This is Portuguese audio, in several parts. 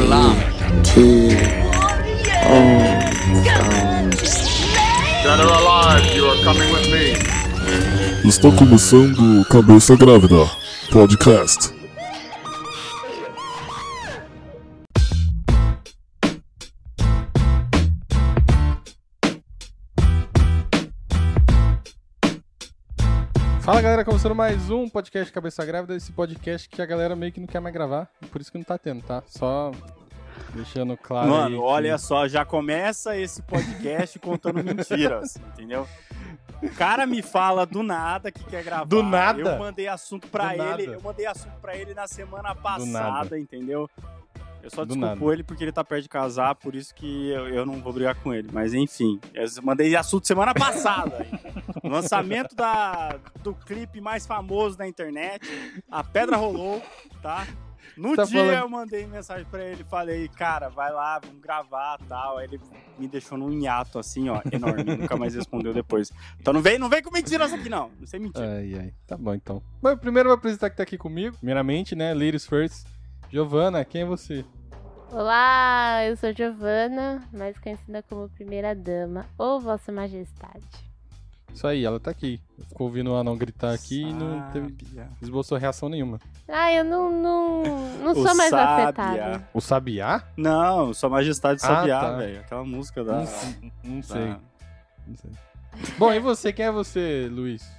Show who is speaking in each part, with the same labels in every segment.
Speaker 1: alarm.
Speaker 2: two,
Speaker 3: General Alive, you are coming with me.
Speaker 2: Está começando Cabeça Grávida Podcast.
Speaker 4: É
Speaker 5: Fala galera, começando mais um podcast Cabeça Grávida, esse podcast que a galera meio que não quer mais gravar, e por isso que não tá tendo, tá? Só deixando claro. aí
Speaker 4: Mano,
Speaker 5: que-
Speaker 4: olha só, já começa esse podcast contando mentiras, entendeu? O cara me fala do nada que quer gravar.
Speaker 5: Do nada?
Speaker 4: Eu mandei assunto pra
Speaker 5: Do
Speaker 4: ele,
Speaker 5: nada.
Speaker 4: eu mandei assunto para ele na semana
Speaker 5: nada.
Speaker 4: passada, entendeu? Eu só
Speaker 5: Do
Speaker 4: desculpo
Speaker 5: nada.
Speaker 4: ele porque ele tá perto de casar, por isso que eu, eu não vou brigar com ele. Mas enfim, eu mandei assunto semana passada. Lançamento da, do clipe mais famoso da internet. A pedra rolou, tá? No
Speaker 5: Tá
Speaker 4: dia
Speaker 5: falando-
Speaker 4: eu mandei mensagem pra ele, falei, cara, vai lá, vamos gravar tal. Aí ele me deixou num hiato assim, ó, enorme, nunca mais respondeu depois. Então não vem, não vem com mentiras aqui, não. Não sei mentir.
Speaker 5: Ai, ai, tá bom então. Mas primeiro eu vou apresentar que tá aqui comigo, primeiramente, né, ladies first. Giovana, quem é você?
Speaker 6: Olá, eu sou Giovana, mais conhecida como Primeira Dama ou Vossa Majestade.
Speaker 5: Isso aí, ela tá aqui. Ficou ouvindo o anão gritar tá aqui e não teve,
Speaker 4: Sábia.
Speaker 5: esboçou reação nenhuma.
Speaker 6: Ah, eu não, não, não
Speaker 4: O
Speaker 6: sou mais
Speaker 4: sábia.
Speaker 6: afetada.
Speaker 5: O Sabiá?
Speaker 4: Não, Sua Majestade Sabiá,
Speaker 5: Ah, tá.
Speaker 4: velho. Aquela música da.
Speaker 5: Não, sei, não sei, não sei. Bom, e você? Quem é você, Luiz?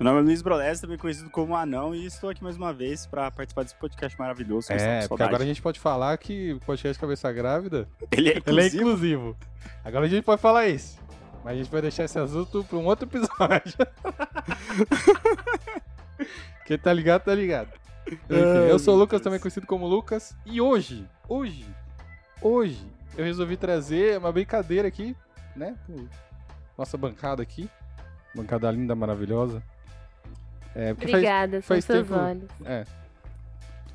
Speaker 4: Meu nome é Luiz Brolés, também conhecido como Anão, e estou aqui mais uma vez pra participar desse podcast maravilhoso. que eu estava com
Speaker 5: É, porque
Speaker 4: saudade.
Speaker 5: agora a gente pode falar que o podcast Cabeça Grávida
Speaker 4: Ele é
Speaker 5: Ele é
Speaker 4: inclusivo.
Speaker 5: inclusivo. Agora a gente pode falar isso. Mas a gente vai deixar esse assunto pra um outro episódio. Quem tá ligado, tá ligado. Enfim,
Speaker 4: Ai,
Speaker 5: eu sou o
Speaker 4: meu
Speaker 5: Lucas,
Speaker 4: Deus.
Speaker 5: também conhecido como Lucas. E hoje, hoje, hoje, eu resolvi trazer uma brincadeira aqui, né? pro Nossa bancada aqui. Bancada linda, maravilhosa. É, porque faz,
Speaker 6: Obrigada, são
Speaker 5: faz
Speaker 6: seus
Speaker 5: tempo-
Speaker 6: olhos.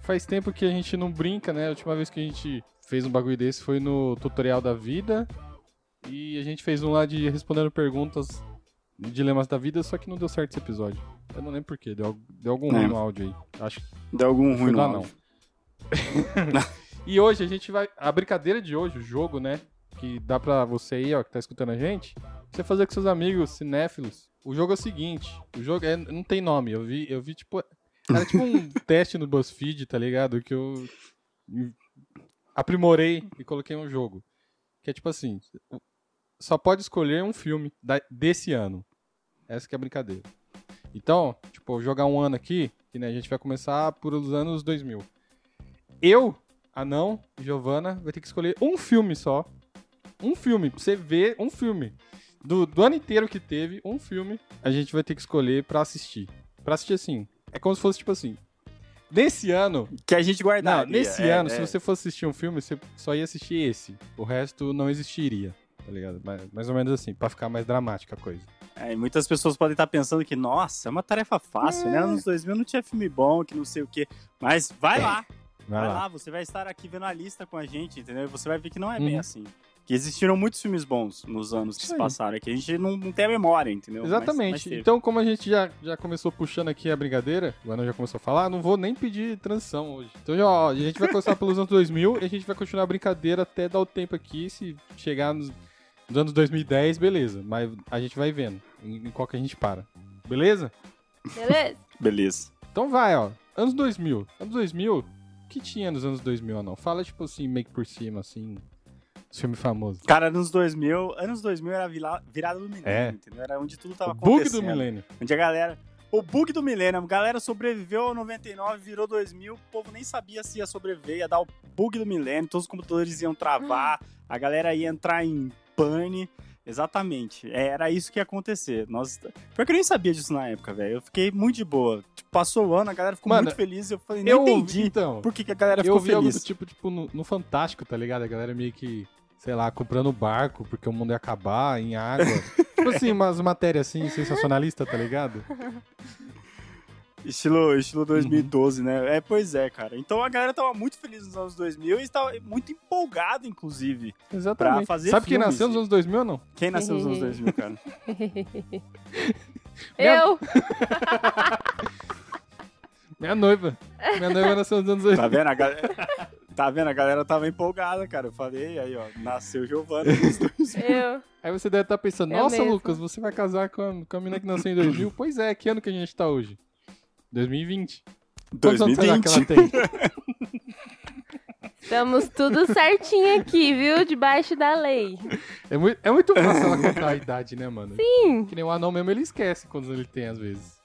Speaker 5: faz tempo que a gente não brinca, né? A última vez que a gente fez um bagulho desse foi no tutorial da vida. E a gente fez um lá de respondendo perguntas de dilemas da vida, só que não deu certo esse episódio. Eu não lembro porquê, deu, deu algum ruim
Speaker 4: É.
Speaker 5: no áudio aí. Acho que
Speaker 4: Deu algum
Speaker 5: foi
Speaker 4: ruim no
Speaker 5: lá
Speaker 4: áudio.
Speaker 5: não. e hoje a gente vai. A brincadeira de hoje, o jogo, né? Que dá pra você aí, ó, que tá escutando a gente, você fazer com seus amigos cinéfilos. O jogo é o seguinte: o jogo é, não tem nome. Eu vi, eu vi tipo. Era tipo um teste no BuzzFeed, tá ligado? Que eu aprimorei e coloquei um jogo. Que é tipo assim: só pode escolher um filme da- desse ano. Essa que é a brincadeira. Então, tipo, eu vou jogar um ano aqui, que né, a gente vai começar por os anos 2000. Eu, Anão, Giovana, vai ter que escolher um filme só. Um filme, pra você ver um filme. Do, do ano inteiro que teve, um filme, a gente vai ter que escolher pra assistir. Pra assistir assim. É como se fosse tipo assim. Nesse ano.
Speaker 4: Que a gente guardaria.
Speaker 5: Não, nesse
Speaker 4: é,
Speaker 5: ano,
Speaker 4: é.
Speaker 5: se você fosse assistir um filme, você só ia assistir esse. O resto não existiria. Tá ligado? Mais, mais ou menos assim, pra ficar mais dramática a coisa.
Speaker 4: É, e muitas pessoas podem estar pensando que, nossa, é uma tarefa fácil,
Speaker 5: É.
Speaker 4: né? Anos 2000 não tinha filme bom, que não sei o quê. Mas vai lá,
Speaker 5: É, Vai,
Speaker 4: vai
Speaker 5: lá.
Speaker 4: lá, você vai estar aqui vendo a lista com a gente, entendeu? E Você vai ver que não é bem
Speaker 5: Uhum.
Speaker 4: assim. Que existiram muitos filmes bons nos anos que
Speaker 5: Isso
Speaker 4: se
Speaker 5: aí.
Speaker 4: passaram, é que a gente não, não tem a memória, entendeu? Mas- mas
Speaker 5: Exatamente.
Speaker 4: teve.
Speaker 5: então, como a gente já, já começou puxando aqui a brincadeira, o Ana já começou a falar, "Ah, não vou nem pedir transição hoje. Então, já, ó, a gente vai começar pelos anos 2000 e a gente vai continuar a brincadeira até dar o tempo aqui. Se chegar nos, nos anos 2010, beleza. Mas a gente vai vendo em, em qual que a gente para. Beleza?
Speaker 6: Beleza?
Speaker 4: Beleza.
Speaker 5: Então vai, ó. Anos 2000. Anos 2000, o que tinha nos anos 2000 ou não? Fala, tipo assim, meio que por cima, assim, os filmes famosos.
Speaker 4: Cara, anos 2000, anos 2000 era vila- virada do milênio,
Speaker 5: É.
Speaker 4: entendeu? Era onde tudo tava
Speaker 5: O bug
Speaker 4: acontecendo.
Speaker 5: do milênio.
Speaker 4: Onde a galera. O bug do milênio. A galera sobreviveu ao 99, virou 2000. O povo nem sabia se ia sobreviver, ia dar o bug do milênio. Todos os computadores iam travar.
Speaker 5: Hum.
Speaker 4: A galera ia entrar em pane. Exatamente. É, Era isso que ia acontecer. Nós... Pior que eu nem sabia disso na época, velho. Eu fiquei muito de boa. Tipo, passou o ano, a galera ficou
Speaker 5: Mano,
Speaker 4: muito feliz. Eu falei,
Speaker 5: Eu
Speaker 4: não
Speaker 5: ouvi,
Speaker 4: entendi
Speaker 5: então.
Speaker 4: por que, que a galera
Speaker 5: eu
Speaker 4: ficou
Speaker 5: vi algo do
Speaker 4: feliz.
Speaker 5: tipo, tipo no, no Fantástico, tá ligado? A galera meio que, sei lá, comprando barco porque o mundo ia acabar em água. tipo assim, umas matérias assim, sensacionalista, tá ligado?
Speaker 4: Estilo, estilo
Speaker 5: Uhum.
Speaker 4: 2012, né? É, pois é, cara. Então a galera tava muito feliz nos anos 2000 e estava muito empolgada, inclusive.
Speaker 5: Exatamente.
Speaker 4: fazer
Speaker 5: Sabe quem
Speaker 4: filmes.
Speaker 5: nasceu nos anos 2000 ou não?
Speaker 4: Quem nasceu nos
Speaker 5: Uhum.
Speaker 4: anos 2000, cara?
Speaker 6: Eu?
Speaker 5: Minha noiva. Minha noiva nasceu nos anos 2000.
Speaker 4: Tá vendo? A galera, Tá vendo? A galera tava empolgada, cara. Eu falei, aí, ó, nasceu Giovanna. nos dois.
Speaker 6: Eu.
Speaker 5: Aí você deve estar pensando,
Speaker 6: É
Speaker 5: nossa,
Speaker 6: mesmo.
Speaker 5: Lucas, você vai casar com a, com a mina que nasceu em 2000? pois é, que ano que a gente tá hoje? 2020. Quantos anos será que ela
Speaker 4: 2020.
Speaker 5: tem?
Speaker 6: Estamos tudo certinho aqui, viu? Debaixo da lei.
Speaker 5: É muito, é muito fácil ela contar a idade, né, mano?
Speaker 6: Sim.
Speaker 5: Que nem o anão mesmo, ele esquece quando ele tem, às vezes.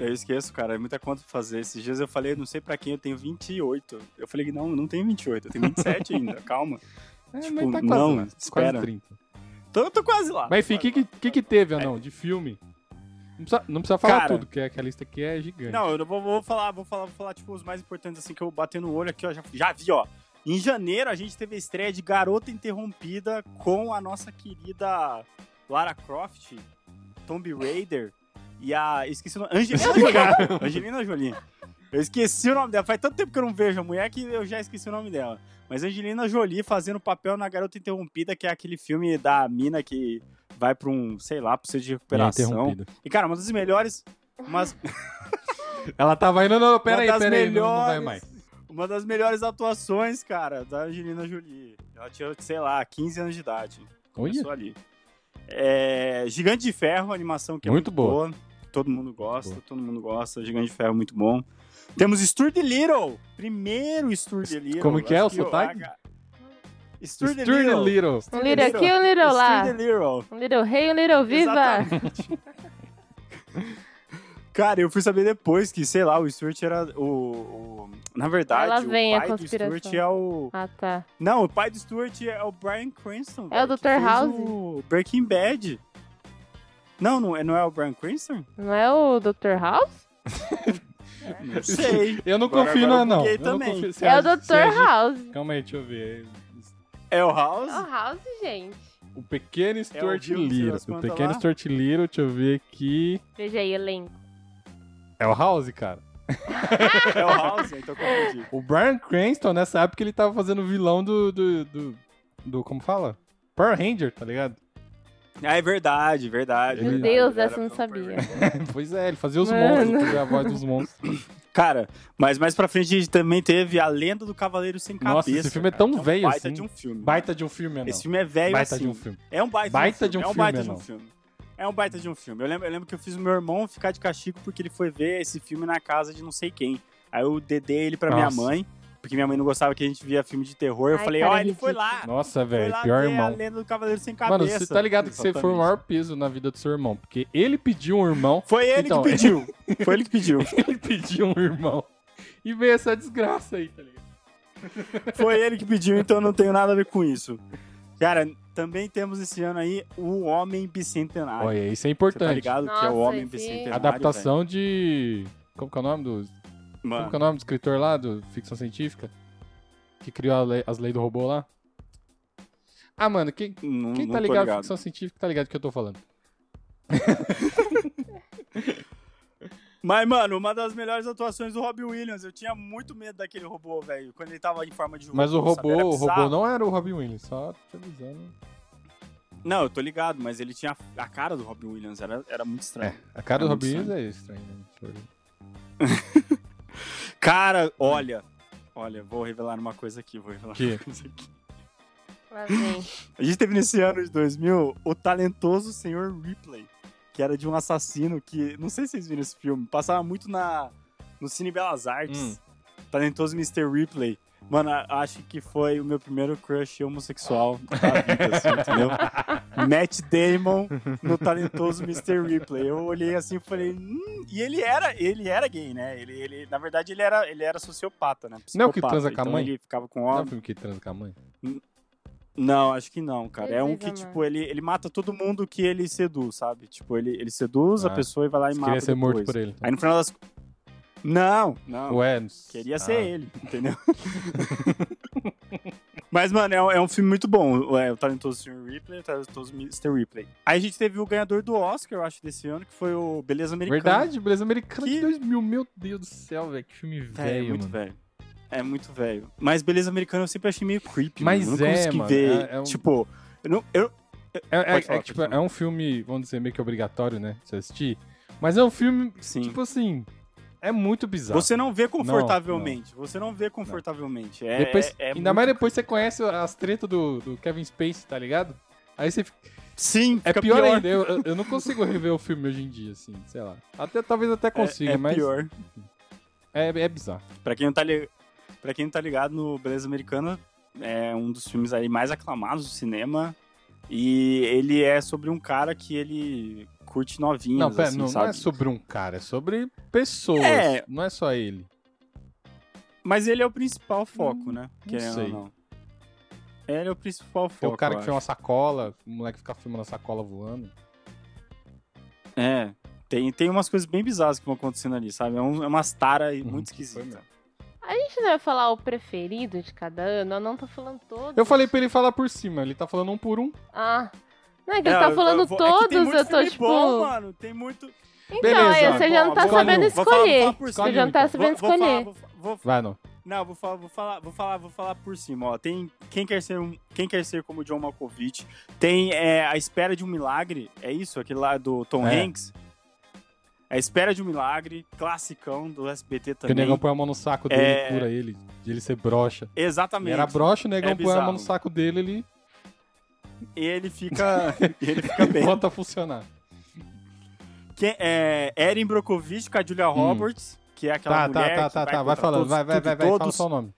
Speaker 4: Eu esqueço, cara. É muita conta pra fazer. Esses dias eu falei, não sei pra quem, eu tenho 28. Eu falei, que não, eu não tenho 28. Eu tenho 27 ainda, calma.
Speaker 5: É,
Speaker 4: Tipo,
Speaker 5: mas tá quase
Speaker 4: não,
Speaker 5: lá,
Speaker 4: espera.
Speaker 5: quase 30.
Speaker 4: Então eu tô quase lá.
Speaker 5: Mas enfim, o que, que, que que teve, anão, de filme? Não precisa, não precisa falar
Speaker 4: Cara.
Speaker 5: tudo, que, é, que a lista aqui é gigante.
Speaker 4: Não, eu vou, vou falar, vou falar, vou falar, tipo, os mais importantes, assim, que eu bati no olho aqui, ó, já, já vi, ó. Em janeiro, a gente teve a estreia de Garota Interrompida com a nossa querida Lara Croft, Tomb Raider e a... eu Esqueci o nome... Angelina Jolie. Angelina Jolie. Eu esqueci o nome dela. Faz tanto tempo que eu não vejo a mulher que eu já esqueci o nome dela. Mas Angelina Jolie fazendo papel na Garota Interrompida, que é aquele filme da mina que vai pra um, sei lá, pro centro de
Speaker 5: Minha
Speaker 4: recuperação.
Speaker 5: interrompida.
Speaker 4: E, cara, uma das melhores... Umas
Speaker 5: Ela tava indo, não, não, pera
Speaker 4: uma
Speaker 5: aí,
Speaker 4: das
Speaker 5: pera aí, não, não vai
Speaker 4: melhores-
Speaker 5: mais.
Speaker 4: Uma das melhores atuações, cara, da Angelina Jolie. Ela tinha, sei lá, 15 anos de idade.
Speaker 5: Olha,
Speaker 4: Começou ali. É, Gigante de Ferro, animação que é
Speaker 5: Muito
Speaker 4: muito,
Speaker 5: boa.
Speaker 4: Todo mundo gosta,
Speaker 5: boa.
Speaker 4: todo mundo gosta. Gigante de Ferro, é muito bom. Temos Sturdy Little. Primeiro Sturdy Little.
Speaker 5: Como que é
Speaker 4: Acho
Speaker 5: o sotaque?
Speaker 4: eu- Sturdy
Speaker 5: Sturdy
Speaker 4: Little.
Speaker 5: Little.
Speaker 6: Um little aqui, um little lá.
Speaker 4: Sturdy Little.
Speaker 6: Um little rei, um little viva.
Speaker 4: Exatamente. Cara, eu fui saber depois que, sei lá, o Stuart era o. o- na verdade,
Speaker 6: Ela vem a
Speaker 4: o pai do
Speaker 6: conspiração.
Speaker 4: Stuart é o.
Speaker 6: Ah, tá.
Speaker 4: Não, o pai do Stuart é o Brian Cranston.
Speaker 6: É o
Speaker 4: velho, que
Speaker 6: Dr.
Speaker 4: fez
Speaker 6: House?
Speaker 4: O Breaking Bad. Não, não, é- não é o Brian Cranston?
Speaker 6: Não é o Dr. House?
Speaker 4: Não sei.
Speaker 5: Eu não
Speaker 4: Agora-
Speaker 5: confio no
Speaker 4: agora eu
Speaker 5: anão.
Speaker 4: buguei
Speaker 5: Eu não
Speaker 4: também.
Speaker 5: confio-
Speaker 6: É o
Speaker 5: Sérgio- Sérgio-
Speaker 6: Dr. House.
Speaker 5: Calma aí, deixa eu ver.
Speaker 4: É o
Speaker 6: É
Speaker 4: House?
Speaker 6: o House, gente.
Speaker 5: O pequeno Stuart
Speaker 4: Bill, É, não sei
Speaker 5: Little.
Speaker 4: das
Speaker 5: O
Speaker 4: quantas
Speaker 5: pequeno
Speaker 4: lá.
Speaker 5: Stuart Little, deixa eu ver aqui.
Speaker 6: Veja aí, elenco.
Speaker 5: É o House, cara.
Speaker 4: É o House, então confundi.
Speaker 5: O Brian Cranston, nessa época, ele tava fazendo o vilão do. do. do. do- como fala? Power Ranger, tá ligado?
Speaker 4: Ah, é verdade, verdade.
Speaker 5: Meu
Speaker 4: verdade,
Speaker 6: Deus,
Speaker 4: verdade,
Speaker 6: essa eu não
Speaker 4: era pelo
Speaker 6: sabia.
Speaker 4: Brian-
Speaker 5: pois é, ele fazia os
Speaker 6: Mano.
Speaker 5: monstros, fazia a voz dos monstros.
Speaker 4: Cara, mas mais pra frente a gente também teve A Lenda do Cavaleiro Sem Cabeça.
Speaker 5: Nossa, esse filme é
Speaker 4: cara,
Speaker 5: tão
Speaker 4: que um
Speaker 5: velho
Speaker 4: baita
Speaker 5: assim.
Speaker 4: de um filme.
Speaker 5: Baita de um filme, não.
Speaker 4: Esse filme é velho
Speaker 5: Baita
Speaker 4: assim.
Speaker 5: de um filme.
Speaker 4: É um baita,
Speaker 5: Baita de um
Speaker 4: filme.
Speaker 5: filme,
Speaker 4: é um baita de um
Speaker 5: não.
Speaker 4: filme. É um baita de um filme. Eu lembro, eu lembro que eu fiz o meu irmão ficar de castigo porque ele foi ver esse filme na casa de não sei quem. Aí eu dedei ele pra minha
Speaker 5: Nossa.
Speaker 4: mãe, porque minha mãe não gostava que a gente via filme de terror. Eu
Speaker 6: Ai,
Speaker 4: falei, ó,
Speaker 6: cara, é
Speaker 4: ele foi
Speaker 6: ridículo.
Speaker 4: lá.
Speaker 5: Nossa,
Speaker 4: Foi
Speaker 5: velho,
Speaker 4: lá
Speaker 5: pior
Speaker 4: ver a
Speaker 5: irmão.
Speaker 4: lenda do Cavaleiro Sem Cabeça.
Speaker 5: Mano, você tá ligado que você foi o
Speaker 4: Exatamente.
Speaker 5: maior peso na vida do seu irmão. Porque ele pediu um irmão,
Speaker 4: Foi ele
Speaker 5: Então,
Speaker 4: que pediu. Foi ele que pediu.
Speaker 5: ele pediu um irmão. E veio essa desgraça aí, tá ligado?
Speaker 4: Foi ele que pediu, então eu não tenho nada a ver com isso. Cara, também temos esse ano aí o Homem Bicentenário.
Speaker 5: Olha, isso
Speaker 4: Você
Speaker 5: é
Speaker 4: tá
Speaker 5: importante.
Speaker 4: ligado que é o
Speaker 6: Nossa,
Speaker 4: Homem
Speaker 6: esse-
Speaker 4: Bicentenário?
Speaker 5: Adaptação de. Como que é o nome do.
Speaker 4: velho?
Speaker 5: Como que é
Speaker 4: Mano,
Speaker 5: o nome do escritor lá, do Ficção Científica? Que criou a lei- as leis do robô lá? Ah, mano, quem,
Speaker 4: não,
Speaker 5: quem
Speaker 4: não
Speaker 5: tá
Speaker 4: tô
Speaker 5: ligado,
Speaker 4: ligado.
Speaker 5: Ficção Científica tá ligado do que eu tô falando.
Speaker 4: Mas, mano, uma das melhores atuações do Robbie Williams. Eu tinha muito medo daquele robô, velho. Quando ele tava em forma de robô.
Speaker 5: Mas o
Speaker 4: sabe? Era
Speaker 5: robô, o
Speaker 4: bizarro.
Speaker 5: robô não era o Robin Williams, só te avisando.
Speaker 4: Não, eu tô ligado, mas ele tinha a cara do Robbie Williams. Era, era muito estranho.
Speaker 5: A cara do
Speaker 4: É muito
Speaker 5: Robin Williams é estranha, né? Deixa eu ver.
Speaker 4: Cara, olha. Olha, vou revelar uma coisa aqui. Vou revelar
Speaker 5: Que?
Speaker 4: uma coisa aqui.
Speaker 6: Lá vem.
Speaker 4: A gente teve nesse ano de 2000 o talentoso Senhor Ripley, que era de um assassino que. Não sei se vocês viram esse filme. Passava muito na, no Cine Belas Artes.
Speaker 5: Hum.
Speaker 4: Talentoso Mr. Ripley. Mano, a- acho que foi o meu primeiro crush homossexual da vida, assim, entendeu? Matt Damon no talentoso Mr. Ripley. Eu olhei assim e falei, hum, e ele era, ele era gay, né? Ele, ele, na verdade, ele era, ele era sociopata, né?
Speaker 5: Não é o que
Speaker 4: Psicopata.
Speaker 5: transa com a
Speaker 4: Então
Speaker 5: mãe?
Speaker 4: Ele ficava com
Speaker 5: Não é um
Speaker 4: homem.
Speaker 5: filme que transa com a mãe?
Speaker 4: Não, acho que não, cara.
Speaker 6: Ele
Speaker 4: é um
Speaker 6: fez
Speaker 4: que,
Speaker 6: a
Speaker 4: tipo, ele, ele mata todo mundo que ele seduz, sabe? Tipo, ele, ele seduz
Speaker 5: Ah,
Speaker 4: a pessoa e vai lá e
Speaker 5: Você
Speaker 4: mata
Speaker 5: queria ser morto
Speaker 4: depois.
Speaker 5: por ele. então.
Speaker 4: Aí no final das... Não, não.
Speaker 5: Ué, não-
Speaker 4: Queria
Speaker 5: ah,
Speaker 4: ser ele, entendeu? Mas, mano, é, um- é um filme muito bom. É, o talentoso Sr. Ripley, o talentoso Mr. Ripley. Aí a gente teve o ganhador do Oscar, eu acho, desse ano, que foi o Beleza Americana.
Speaker 5: Verdade, beleza americana de
Speaker 4: Que-
Speaker 5: 2000. Meu Deus do céu, velho. Que filme
Speaker 4: É, é
Speaker 5: velho,
Speaker 4: muito
Speaker 5: mano.
Speaker 4: velho. É muito velho. Mas Beleza Americana eu sempre achei meio creepy.
Speaker 5: Mas
Speaker 4: mano. Eu
Speaker 5: é,
Speaker 4: não consegui
Speaker 5: mano,
Speaker 4: ver.
Speaker 5: é- é um-
Speaker 4: Tipo, eu não, eu,
Speaker 5: É, é-
Speaker 4: Pode falar,
Speaker 5: é que, tipo,
Speaker 4: pode
Speaker 5: é
Speaker 4: falar.
Speaker 5: um filme, vamos dizer, meio que obrigatório, né? Pra Você assistir. Mas é um filme,
Speaker 4: Sim.
Speaker 5: tipo assim. É muito bizarro.
Speaker 4: Você não vê confortavelmente. Você não vê confortavelmente. É,
Speaker 5: Depois-
Speaker 4: é- é
Speaker 5: ainda
Speaker 4: muito-
Speaker 5: mais depois que você conhece as tretas do, do Kevin Space, tá ligado? Aí você fica.
Speaker 4: Sim,
Speaker 5: É
Speaker 4: fica
Speaker 5: pior, ainda, eu, eu- eu não consigo rever o filme hoje em dia, assim, sei lá. Até, talvez até consiga,
Speaker 4: é, é
Speaker 5: mas.
Speaker 4: pior.
Speaker 5: É, é bizarro.
Speaker 4: Pra quem, não tá li... pra quem não tá ligado no Beleza Americana, é um dos filmes aí mais aclamados do cinema. E ele é sobre um cara que ele curte novinhas,
Speaker 5: não, pera,
Speaker 4: assim,
Speaker 5: não, não
Speaker 4: sabe?
Speaker 5: é sobre um cara, é sobre pessoas.
Speaker 4: É.
Speaker 5: Não é só ele.
Speaker 4: Mas ele é o principal foco, né? Querendo
Speaker 5: Hum, sei.
Speaker 4: ou não. Ele é o principal foco.
Speaker 5: Tem o cara
Speaker 4: eu
Speaker 5: que tinha uma
Speaker 4: acho.
Speaker 5: sacola, o moleque fica filmando a sacola voando.
Speaker 4: É. Tem, tem umas coisas bem bizarras que vão acontecendo ali, sabe? É, um, é umas taras
Speaker 5: Uhum,
Speaker 4: muito
Speaker 5: Foi
Speaker 4: esquisitas.
Speaker 5: mesmo.
Speaker 6: A gente não vai falar o preferido de cada ano, eu não tô falando todos.
Speaker 5: Eu falei pra ele falar por cima, ele tá falando um por um.
Speaker 6: Ah. Não é que ele
Speaker 4: É,
Speaker 6: tá
Speaker 4: eu-
Speaker 6: falando
Speaker 4: eu vou- é que tem
Speaker 6: todos,
Speaker 4: muito
Speaker 6: eu tô
Speaker 4: filme
Speaker 6: tipo.
Speaker 4: Bom, mano, tem muito.
Speaker 6: Então,
Speaker 5: Beleza,
Speaker 6: aí você já
Speaker 4: bom,
Speaker 6: não tá
Speaker 4: vou falar
Speaker 6: sabendo
Speaker 5: um,
Speaker 4: vou falar- vou
Speaker 6: escolher.
Speaker 4: falar por
Speaker 6: Você
Speaker 5: cima,
Speaker 6: já não tá
Speaker 5: então.
Speaker 6: sabendo
Speaker 4: Vou- vou falar-
Speaker 6: escolher.
Speaker 4: vou fa- vou-
Speaker 5: Vai, não.
Speaker 4: não, vou falar, vou falar, vou falar, vou falar por cima, ó. Tem Quem Quer Ser, um, quem quer ser como John Malkovich. Tem é, A Espera de um Milagre, é isso? Aquele lá do Tom
Speaker 5: É.
Speaker 4: Hanks. A Espera de um Milagre, classicão do SBT
Speaker 5: Porque o
Speaker 4: também.
Speaker 5: negão põe a mão no saco dele
Speaker 4: É.
Speaker 5: e cura ele, de ele ser broxa. Ele
Speaker 4: Exatamente.
Speaker 5: era broxa, o negão
Speaker 4: É
Speaker 5: põe a mão
Speaker 4: bizarro.
Speaker 5: no saco dele ele
Speaker 4: E ele fica, e ele fica bem.
Speaker 5: volta a funcionar.
Speaker 4: Quem, é, Erin Brockovich com a Julia Roberts, que é aquela
Speaker 5: Hum. Tá, tá,
Speaker 4: mulher
Speaker 5: tá,
Speaker 4: que
Speaker 5: tá,
Speaker 4: vai
Speaker 5: tá. Vai
Speaker 4: contra
Speaker 5: falando,
Speaker 4: todos,
Speaker 5: vai, vai,
Speaker 4: tudo e
Speaker 5: vai, vai. Fala
Speaker 4: todos.
Speaker 5: só o nome.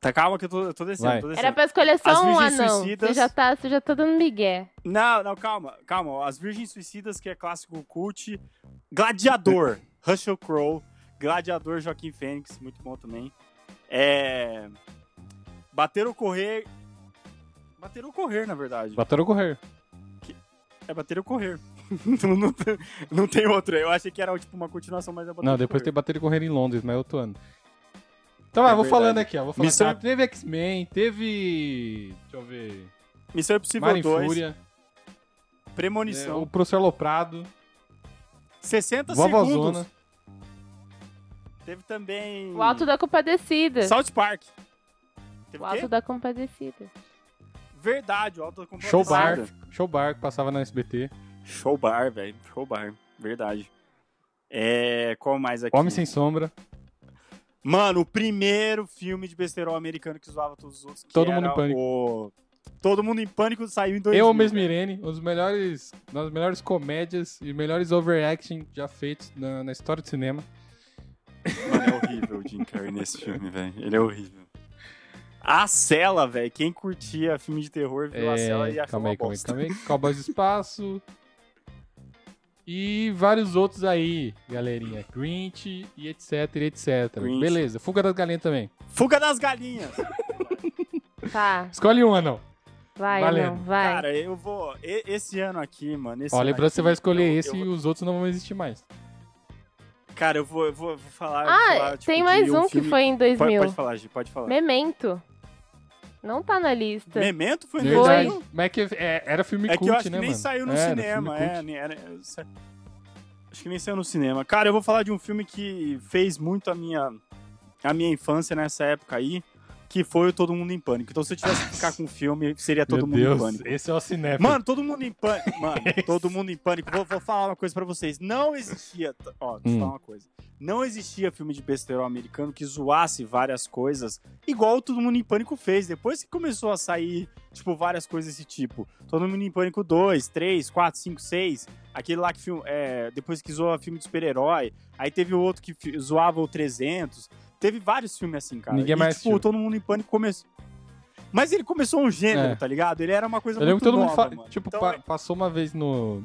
Speaker 4: Tá, calma que eu tô, eu tô descendo,
Speaker 5: Vai.
Speaker 4: tô descendo.
Speaker 6: Era pra escolher só
Speaker 4: As
Speaker 6: um
Speaker 4: Virgens
Speaker 6: anão.
Speaker 4: Suicidas.
Speaker 6: Você já, tá, você já tá dando migué.
Speaker 4: Não, não, calma, calma. As Virgens Suicidas, que é clássico cult. Gladiador, Russell Crowe. Gladiador, Joaquim Fênix, muito bom também. É... Bater ou correr... Bater ou correr, na verdade.
Speaker 5: Bateram correr.
Speaker 4: É bater ou correr. não, não, tem- não tem outra. Eu achei que era tipo uma continuação, mas é bater
Speaker 5: Não,
Speaker 4: ou
Speaker 5: depois
Speaker 4: correr.
Speaker 5: tem Bateram correr em Londres, mas é outro ano. Então vai,
Speaker 4: É
Speaker 5: vou
Speaker 4: verdade.
Speaker 5: falando aqui, ó. Vou falar.
Speaker 4: Missão-
Speaker 5: Cara, Teve X-Men, teve. Deixa eu ver.
Speaker 4: Missão Impossível
Speaker 5: Mar em
Speaker 4: 2,
Speaker 5: Fúria, é,
Speaker 4: Premonição.
Speaker 5: o Professor Loprado,
Speaker 4: 60
Speaker 5: Vovozona.
Speaker 4: Tá segundos. Teve também.
Speaker 6: O Alto da Compadecida.
Speaker 4: South Park. Teve o
Speaker 6: O Alto
Speaker 4: quê?
Speaker 6: da é Compadecida.
Speaker 4: Verdade, o Alto da Compadecida.
Speaker 5: Show Bar. Show Bar, que passava na SBT.
Speaker 4: Show Bar, velho. Show Bar. Verdade. É. Qual mais aqui?
Speaker 5: Homem Sem Sombra.
Speaker 4: Mano, o primeiro filme de besterol americano que zoava todos os outros. que
Speaker 5: Todo Mundo
Speaker 4: era
Speaker 5: em Pânico.
Speaker 4: o- Todo mundo em pânico saiu em 2000.
Speaker 5: Eu mesmo Irene, um dos melhores, uma das melhores comédias e melhores overacting já feitos na, na história do cinema.
Speaker 4: Mano, é horrível o Jim Carrey nesse filme, velho. Ele é horrível. A Cela, velho. Quem curtia filme de terror viu a Cela e achou
Speaker 5: É, calma
Speaker 4: uma
Speaker 5: aí, calma aí,
Speaker 4: bosta.
Speaker 5: calma aí. Cowboys do Espaço. E vários outros aí, galerinha. Grinch e etc, e etc.
Speaker 4: Grinch.
Speaker 5: Beleza, Fuga das Galinhas também.
Speaker 4: Fuga das Galinhas.
Speaker 6: Tá,
Speaker 5: Escolhe um, anão.
Speaker 6: vai,
Speaker 5: Valendo.
Speaker 6: anão, vai.
Speaker 4: Cara, eu vou. e- Esse ano aqui, mano. Esse
Speaker 5: Ó,
Speaker 4: ano
Speaker 5: lembrando que você vai
Speaker 4: aqui,
Speaker 5: escolher
Speaker 4: eu-
Speaker 5: esse
Speaker 4: eu-
Speaker 5: e os outros não vão existir mais.
Speaker 4: Cara, eu vou, eu vou, eu vou falar. eu vou
Speaker 6: ah,
Speaker 4: falar, tipo,
Speaker 6: tem
Speaker 4: de
Speaker 6: mais um que
Speaker 4: filme-
Speaker 6: foi em
Speaker 4: Pode,
Speaker 6: 2000.
Speaker 4: pode falar, Gi, pode falar.
Speaker 6: Memento. Não tá na lista.
Speaker 4: Memento foi no
Speaker 5: Verdade.
Speaker 4: Brasil?
Speaker 5: Mas é que é, era filme
Speaker 4: É que
Speaker 5: cult,
Speaker 4: eu acho que
Speaker 5: né,
Speaker 4: nem
Speaker 5: mano?
Speaker 4: saiu no
Speaker 5: Era
Speaker 4: cinema.
Speaker 5: filme
Speaker 4: É,
Speaker 5: cult.
Speaker 4: nem- era- eu sei. acho que nem saiu no cinema. Cara, eu vou falar de um filme que fez muito a minha, a minha infância nessa época aí, que foi o Todo Mundo em Pânico. Então, se eu tivesse que ficar com um filme, seria Todo
Speaker 5: Meu
Speaker 4: Mundo em
Speaker 5: Deus,
Speaker 4: Pânico.
Speaker 5: esse é o cinema.
Speaker 4: Mano, todo mundo em pânico. Mano,
Speaker 5: É
Speaker 4: todo mundo em pânico. Vou, vou falar uma coisa pra vocês. Não existia. Ó, deixa eu
Speaker 5: Hum.
Speaker 4: falar uma coisa. Não existia filme de besterol americano que zoasse várias coisas, igual todo mundo em pânico fez. Depois que começou a sair, tipo, várias coisas desse tipo. Todo mundo em pânico 2, 3, 4, 5, 6. Aquele lá que filme, é, depois que zoa filme de super-herói. Aí teve o outro que fi- zoava o 300. Teve vários filmes assim, cara.
Speaker 5: Ninguém
Speaker 4: e,
Speaker 5: mais
Speaker 4: tipo,
Speaker 5: assistiu.
Speaker 4: todo mundo em pânico começou. Mas ele começou um gênero,
Speaker 5: É.
Speaker 4: tá ligado? Ele era uma coisa
Speaker 5: Eu lembro
Speaker 4: muito
Speaker 5: que todo mundo
Speaker 4: nova,
Speaker 5: fala,
Speaker 4: mano.
Speaker 5: tipo,
Speaker 4: Então,
Speaker 5: pa- passou uma vez no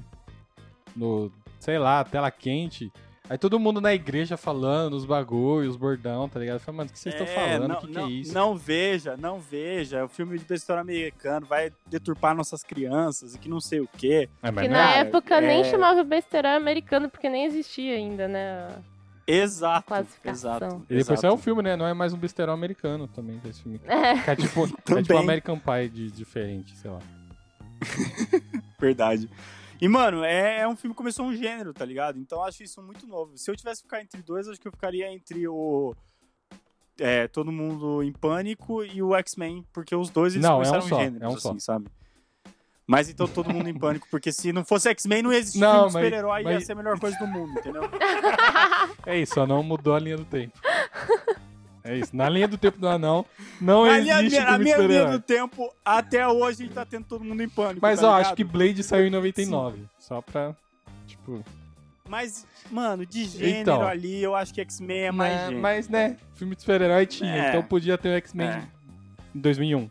Speaker 5: no sei lá, tela quente. Aí todo mundo na igreja falando os bagulhos, os bordão, tá ligado? Eu falei, mano, o que vocês estão falando? o que, que
Speaker 4: não,
Speaker 5: é isso?
Speaker 4: Não veja, não veja. É o filme de besteira americano vai deturpar nossas crianças e que não sei o quê.
Speaker 5: É, mas
Speaker 6: Que
Speaker 5: não
Speaker 6: na
Speaker 5: é-
Speaker 4: Cara,
Speaker 6: época nem
Speaker 4: é-
Speaker 6: chamava besteirão americano, porque nem existia ainda, né?
Speaker 4: Exato.
Speaker 6: Classificação.
Speaker 4: Exato.
Speaker 5: E depois
Speaker 4: exato.
Speaker 5: saiu o filme, né? Não é mais um besterol americano também, esse filme.
Speaker 6: É.
Speaker 5: É tipo, é
Speaker 4: Também.
Speaker 5: tipo um American Pie de diferente, sei lá.
Speaker 4: Verdade. E, mano, é, é um filme que começou um gênero, tá ligado? Então eu acho isso muito novo. Se eu tivesse que ficar entre dois, acho que eu ficaria entre o. é, Todo mundo em pânico e o X-Men, porque os dois eles
Speaker 5: Não, é um
Speaker 4: começaram
Speaker 5: só,
Speaker 4: gêneros,
Speaker 5: é um só.
Speaker 4: assim, sabe? Mas então todo mundo em pânico, porque se não fosse X-Men, não existia
Speaker 5: Não,
Speaker 4: filme de
Speaker 5: mas-
Speaker 4: super-herói, ia
Speaker 5: mas-
Speaker 4: ser a melhor coisa do mundo, entendeu?
Speaker 5: É isso, o anão mudou a linha do tempo. É isso, na linha do tempo do anão não
Speaker 4: é a minha,
Speaker 5: existe
Speaker 4: a
Speaker 5: filme de
Speaker 4: minha linha
Speaker 5: super-herói.
Speaker 4: do tempo, até hoje, a gente tá tendo todo mundo em pânico.
Speaker 5: Mas
Speaker 4: tá
Speaker 5: ó,
Speaker 4: ligado?
Speaker 5: acho que Blade saiu em 99, só pra, tipo...
Speaker 4: Mas, mano, de gênero
Speaker 5: Então.
Speaker 4: ali, eu acho que X-Men é mais
Speaker 5: Mas,
Speaker 4: gênero.
Speaker 5: mas, né, filme de super-herói tinha,
Speaker 4: É.
Speaker 5: então podia ter o X-Men
Speaker 4: É.
Speaker 5: em 2001.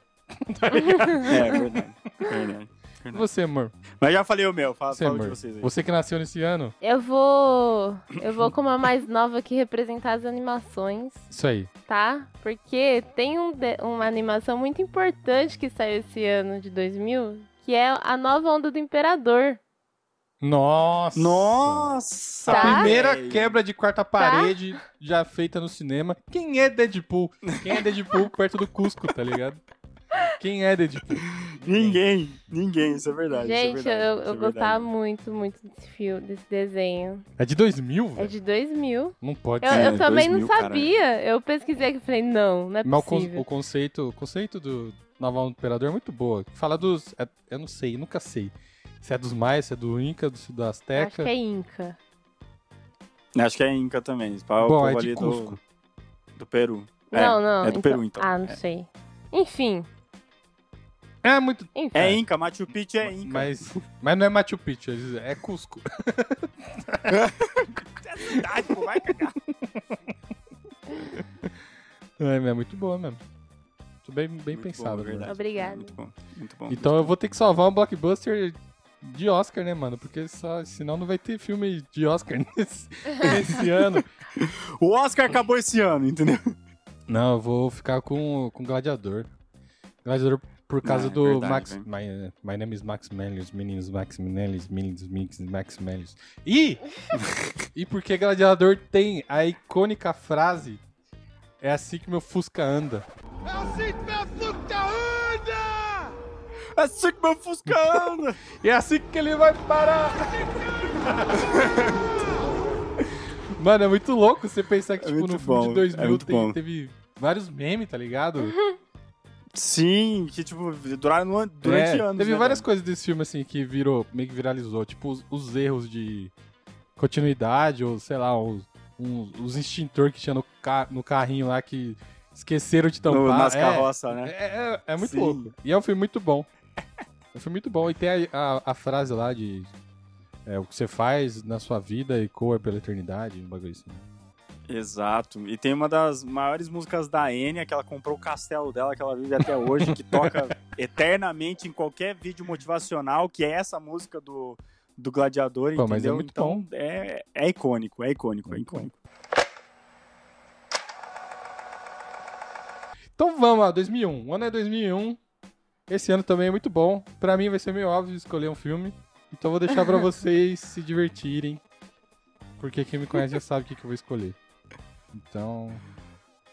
Speaker 4: É, verdade. verdade.
Speaker 5: E você, amor?
Speaker 4: Mas já falei o meu, fala,
Speaker 5: Você,
Speaker 4: fala
Speaker 5: amor?
Speaker 4: de vocês aí.
Speaker 5: Você que nasceu nesse ano?
Speaker 6: Eu vou. Eu vou com uma mais nova que representar as animações,
Speaker 5: Isso aí.
Speaker 6: tá? Porque tem um de- uma animação muito importante que saiu esse ano de 2000, que é a nova onda do Imperador.
Speaker 5: Nossa!
Speaker 4: Nossa!
Speaker 6: Tá.
Speaker 5: Primeira
Speaker 4: velho.
Speaker 5: quebra de quarta parede já feita no cinema. Quem é Deadpool? Quem é Deadpool perto do Cusco, tá ligado? Quem é Deadpool?
Speaker 4: Ninguém, ninguém, isso é verdade. isso é
Speaker 6: Gente,
Speaker 4: verdade,
Speaker 6: eu,
Speaker 4: isso é
Speaker 6: eu gostava
Speaker 4: verdade.
Speaker 6: muito, muito desse filme, desse desenho.
Speaker 5: É de 2000, velho?
Speaker 6: É de 2000.
Speaker 5: Não pode
Speaker 6: Eu,
Speaker 5: ser.
Speaker 4: É,
Speaker 6: eu também não
Speaker 4: 2000, caralho.
Speaker 6: sabia. Eu pesquisei aqui e falei, não, não é
Speaker 5: Mas o, con-
Speaker 6: possível.
Speaker 5: o conceito, o conceito do Nova Onda do Imperador é muito boa. Fala dos... é- eu não sei, eu nunca sei. Se é dos maias, se é do Inca, do, do
Speaker 6: Acho que
Speaker 5: Azteca.
Speaker 6: é Inca.
Speaker 4: Acho que é Inca também. esse pau- o
Speaker 5: Bom,
Speaker 4: povo
Speaker 5: é de
Speaker 4: ali
Speaker 5: Cusco.
Speaker 4: do, do Peru.
Speaker 6: não,
Speaker 4: é,
Speaker 6: não.
Speaker 4: É do Peru, então.
Speaker 6: Ah, não sei. Enfim,
Speaker 5: É muito...
Speaker 6: enfim.
Speaker 4: É Inca, Machu Picchu é Inca.
Speaker 5: Mas, mas não é Machu Picchu, eles- é Cusco.
Speaker 4: Ai, pô, vai cagar.
Speaker 5: É, mas é muito boa mesmo. Muito bem, bem
Speaker 4: Muito
Speaker 5: pensado,
Speaker 4: bom,
Speaker 5: amor.
Speaker 4: verdade.
Speaker 6: Obrigada.
Speaker 4: Muito bom, muito bom.
Speaker 5: Então eu vou ter que salvar um blockbuster de Oscar, né, mano? Porque só, senão não vai ter filme de Oscar nesse, nesse ano.
Speaker 4: O Oscar acabou esse ano, entendeu?
Speaker 5: Não, eu vou ficar com, com Gladiador. Gladiador por causa
Speaker 4: Ah, é
Speaker 5: do
Speaker 4: verdade,
Speaker 5: Max.
Speaker 4: velho.
Speaker 5: My, my name is Max Melius, meninos Max Melius, meninos Mix Max Melius. E! e porque Gladiador tem a icônica frase: É assim que meu Fusca anda.
Speaker 4: Assim que meu Fusca anda.
Speaker 5: E é assim que ele vai parar! Mano, é muito louco você pensar que,
Speaker 4: É
Speaker 5: tipo, no
Speaker 4: muito
Speaker 5: filme
Speaker 4: bom,
Speaker 5: de
Speaker 4: é
Speaker 5: 2000
Speaker 4: muito
Speaker 5: tem-
Speaker 4: bom.
Speaker 5: teve vários memes, tá ligado?
Speaker 4: Sim, que tipo, duraram no- durante
Speaker 5: É,
Speaker 4: anos.
Speaker 5: Teve
Speaker 4: né,
Speaker 5: várias
Speaker 4: velho?
Speaker 5: coisas desse filme, assim, que virou, meio que viralizou. Tipo, os, os erros de continuidade, ou sei lá, os, um- os extintor que tinha no, ca- no carrinho lá que esqueceram de tampar.
Speaker 4: No- nas
Speaker 5: É,
Speaker 4: carroças, né?
Speaker 5: É, é- é muito
Speaker 4: Sim.
Speaker 5: louco. E é um filme muito bom. É um filme muito bom. E tem a, a- a frase lá de. é, o que você faz na sua vida ecoa pela eternidade, um bagulho assim.
Speaker 4: Exato. E tem uma das maiores músicas da Enya, que ela comprou o castelo dela, que ela vive até hoje, que toca eternamente em qualquer vídeo motivacional, que é essa música do, do Gladiador,
Speaker 5: Pô,
Speaker 4: entendeu?
Speaker 5: mas é muito
Speaker 4: então,
Speaker 5: bom.
Speaker 4: É, é icônico, é icônico, é icônico.
Speaker 5: Então vamos lá, 2001. O ano é 2001. Esse ano também é muito bom. Pra mim vai ser meio óbvio escolher um filme. Então vou deixar pra vocês se divertirem. Porque quem me conhece já sabe o que, que eu vou escolher. Então.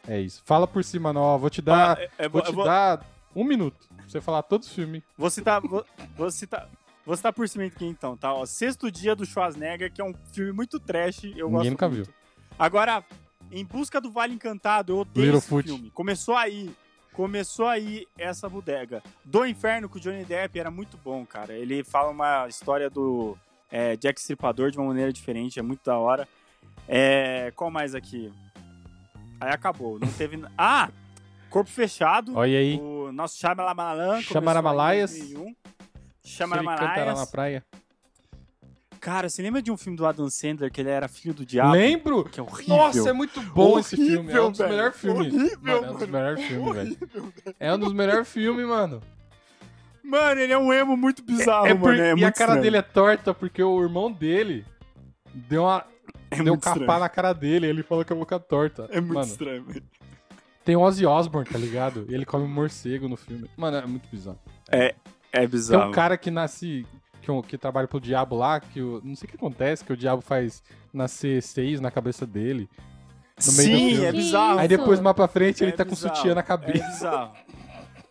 Speaker 5: É isso. Fala por cima, Noah. Vou te dar.
Speaker 4: Ah, é- é bo-
Speaker 5: Tá, vou
Speaker 4: eu
Speaker 5: te
Speaker 4: vou-
Speaker 5: dar um minuto pra você falar todos os filmes.
Speaker 4: Vou citar, vou, vou citar, vou citar tá, por cima aqui então, tá? Ó, Sexto Dia do Schwarzenegger, que é um filme muito trash, eu gosto
Speaker 5: Ninguém nunca
Speaker 4: muito.
Speaker 5: viu.
Speaker 4: Agora, Em Busca do Vale Encantado, eu odeio esse
Speaker 5: Littlefoot.
Speaker 4: filme. Começou aí, começou aí essa bodega. Do Inferno com o Johnny Depp era muito bom, cara. Ele fala uma história do é, Jack Stripador de uma maneira diferente, é muito da hora. É, qual mais aqui? Aí acabou, não teve... n- ah! Corpo Fechado,
Speaker 5: Olha aí.
Speaker 4: o nosso Chamalamalan.
Speaker 5: Chamaramalaias.
Speaker 4: um.
Speaker 5: Se ele cantará na
Speaker 4: Chamaramalaias.
Speaker 5: praia.
Speaker 4: Cara, você lembra de um filme do Adam Sandler que ele era filho do diabo?
Speaker 5: Lembro!
Speaker 4: Que é horrível.
Speaker 5: Nossa, é muito bom esse
Speaker 4: Horrível,
Speaker 5: filme. É um dos
Speaker 4: velho.
Speaker 5: melhores filmes.
Speaker 4: Horrível,
Speaker 5: Mano, é um dos
Speaker 4: mano.
Speaker 5: melhores filmes, velho. É um dos melhores filmes, mano.
Speaker 4: Mano, ele é um emo muito bizarro,
Speaker 5: É por-
Speaker 4: mano. É
Speaker 5: e
Speaker 4: muito
Speaker 5: a cara
Speaker 4: estranho.
Speaker 5: dele é torta porque o irmão dele deu uma
Speaker 4: é
Speaker 5: deu um
Speaker 4: muito
Speaker 5: capá
Speaker 4: estranho.
Speaker 5: na cara dele, ele falou que a boca é torta.
Speaker 4: É muito
Speaker 5: Mano,
Speaker 4: estranho, velho.
Speaker 5: tem o Ozzy Osbourne, tá ligado? E ele come um morcego no filme. Mano, é muito bizarro.
Speaker 4: É
Speaker 5: Tem
Speaker 4: bizarro.
Speaker 5: um cara que nasce que, um- que trabalha pro diabo lá, que o, não sei o que acontece, que o diabo faz nascer seis na cabeça dele. no meio do
Speaker 4: Sim,
Speaker 5: filme.
Speaker 4: é bizarro.
Speaker 5: Aí depois mais pra frente ele
Speaker 4: É
Speaker 5: tá com
Speaker 4: bizarro.
Speaker 5: sutiã na
Speaker 4: É
Speaker 5: cabeça.
Speaker 4: bizarro.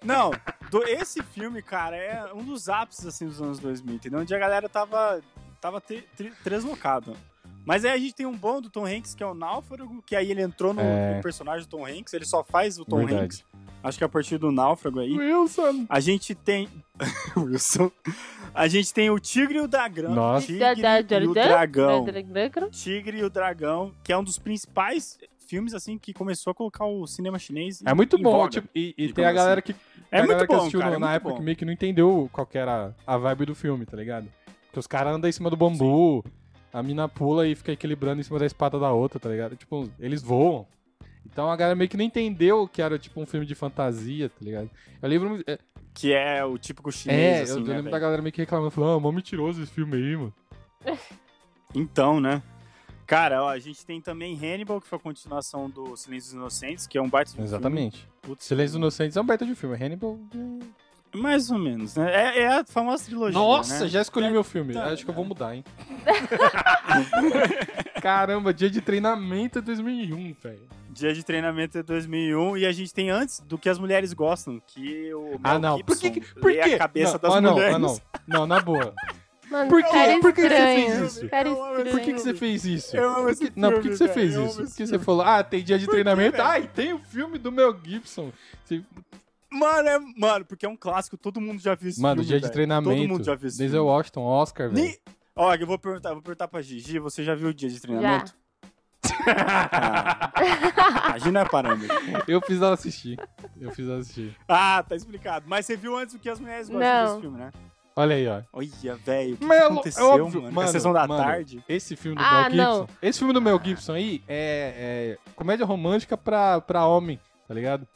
Speaker 4: Não, do- esse filme, cara, é um dos ápices, assim, dos anos 2000, entendeu? Onde a galera tava, tava tri, tri- translocada. Mas aí a gente tem um bom do Tom Hanks, que é o Náufrago, que aí ele entrou no,
Speaker 5: É.
Speaker 4: no personagem do Tom Hanks, ele só faz o Tom
Speaker 5: Verdade.
Speaker 4: Hanks. Acho que é a partir do Náufrago aí.
Speaker 5: Wilson!
Speaker 4: A gente tem. Wilson. A gente tem o Tigre e o Dragão.
Speaker 5: Nossa.
Speaker 4: Tigre e o Dragão.
Speaker 6: Dragão.
Speaker 4: Tigre e o Dragão, que é um dos principais filmes assim que começou a colocar o cinema chinês. em-
Speaker 5: É muito
Speaker 4: em
Speaker 5: bom,
Speaker 4: voga.
Speaker 5: tipo, e, e
Speaker 4: Digamos
Speaker 5: tem a galera que,
Speaker 4: é
Speaker 5: a galera
Speaker 4: muito
Speaker 5: que
Speaker 4: bom,
Speaker 5: assistiu
Speaker 4: cara, é
Speaker 5: na
Speaker 4: muito
Speaker 5: época
Speaker 4: bom.
Speaker 5: que meio que não entendeu qual que era a vibe do filme, tá ligado? Porque os caras andam em cima do bambu, a mina pula e fica equilibrando em cima da espada da outra, tá ligado? Tipo, eles voam. Então a galera meio que não entendeu que era tipo um filme de fantasia, tá ligado? Eu lembro. É,
Speaker 4: Que é o típico chinês,
Speaker 5: é, eu,
Speaker 4: assim,
Speaker 5: eu
Speaker 4: né,
Speaker 5: lembro da
Speaker 4: velho?
Speaker 5: galera meio que reclamando, falando, ah, mó mentiroso esse filme aí, mano.
Speaker 4: Então, né? Cara, ó, a gente tem também Hannibal, que foi a continuação do Silêncio dos Inocentes, que é um baita de um filme.
Speaker 5: Exatamente.
Speaker 4: Putz,
Speaker 5: Silêncio dos Inocentes é um baita de filme. Hannibal.
Speaker 4: Mais ou menos, né? É, é a famosa trilogia,
Speaker 5: Nossa,
Speaker 4: né?
Speaker 5: já escolhi meu filme.
Speaker 4: tá,
Speaker 5: Acho que eu vou mudar, hein? Caramba, dia de treinamento é 2001, velho.
Speaker 4: Dia de Treinamento é 2001, e a gente tem antes do que as mulheres gostam, que o Mel
Speaker 5: Ah, não. Por
Speaker 4: Gibson
Speaker 5: que? que- Por
Speaker 4: lê
Speaker 5: quê?
Speaker 4: a cabeça
Speaker 5: não,
Speaker 4: das
Speaker 5: ah, não,
Speaker 4: mulheres.
Speaker 5: ah, não. Não, na boa.
Speaker 6: Mano,
Speaker 5: Por quê?
Speaker 6: cara
Speaker 5: Por que que você fez
Speaker 6: estranho.
Speaker 5: isso?
Speaker 6: Cara
Speaker 4: Eu amo esse
Speaker 6: estranho.
Speaker 5: Por que, que você fez isso?
Speaker 4: Eu amo
Speaker 5: Por
Speaker 4: esse
Speaker 5: que- não, por que,
Speaker 4: filme,
Speaker 5: que você
Speaker 4: velho,
Speaker 5: fez
Speaker 4: eu amo
Speaker 5: isso?
Speaker 4: esse
Speaker 5: Por que você falou, ah, tem dia de
Speaker 4: Por que,
Speaker 5: treinamento?
Speaker 4: velho?
Speaker 5: ah, e tem o filme do Mel Gibson. Você-
Speaker 4: Mano, é, mano, porque é um clássico, todo mundo já viu esse
Speaker 5: Mano,
Speaker 4: filme,
Speaker 5: dia de
Speaker 4: velho.
Speaker 5: treinamento.
Speaker 4: Todo mundo já viu esse
Speaker 5: Denzel
Speaker 4: filme.
Speaker 5: Washington, Oscar, velho.
Speaker 4: Ni- Ó, eu vou perguntar, vou perguntar pra Gigi, você já viu o Dia de Treinamento? Ah, imagina a parâmetro.
Speaker 5: Eu fiz ela assistir. Eu fiz ela assistir.
Speaker 4: Ah, tá explicado. Mas você viu antes do que as mulheres gostam
Speaker 6: Não.
Speaker 4: desse filme, né?
Speaker 5: Olha aí, ó.
Speaker 4: Olha, velho, o que, que
Speaker 5: Mas é lo-
Speaker 4: aconteceu,
Speaker 5: é óbvio,
Speaker 4: mano? Na
Speaker 5: mano,
Speaker 4: sessão da
Speaker 5: mano.
Speaker 4: tarde?
Speaker 5: Esse filme do Mel
Speaker 6: Ah,
Speaker 5: Gibson. Esse filme do Mel Gibson aí é, é comédia romântica pra, pra homem, tá ligado?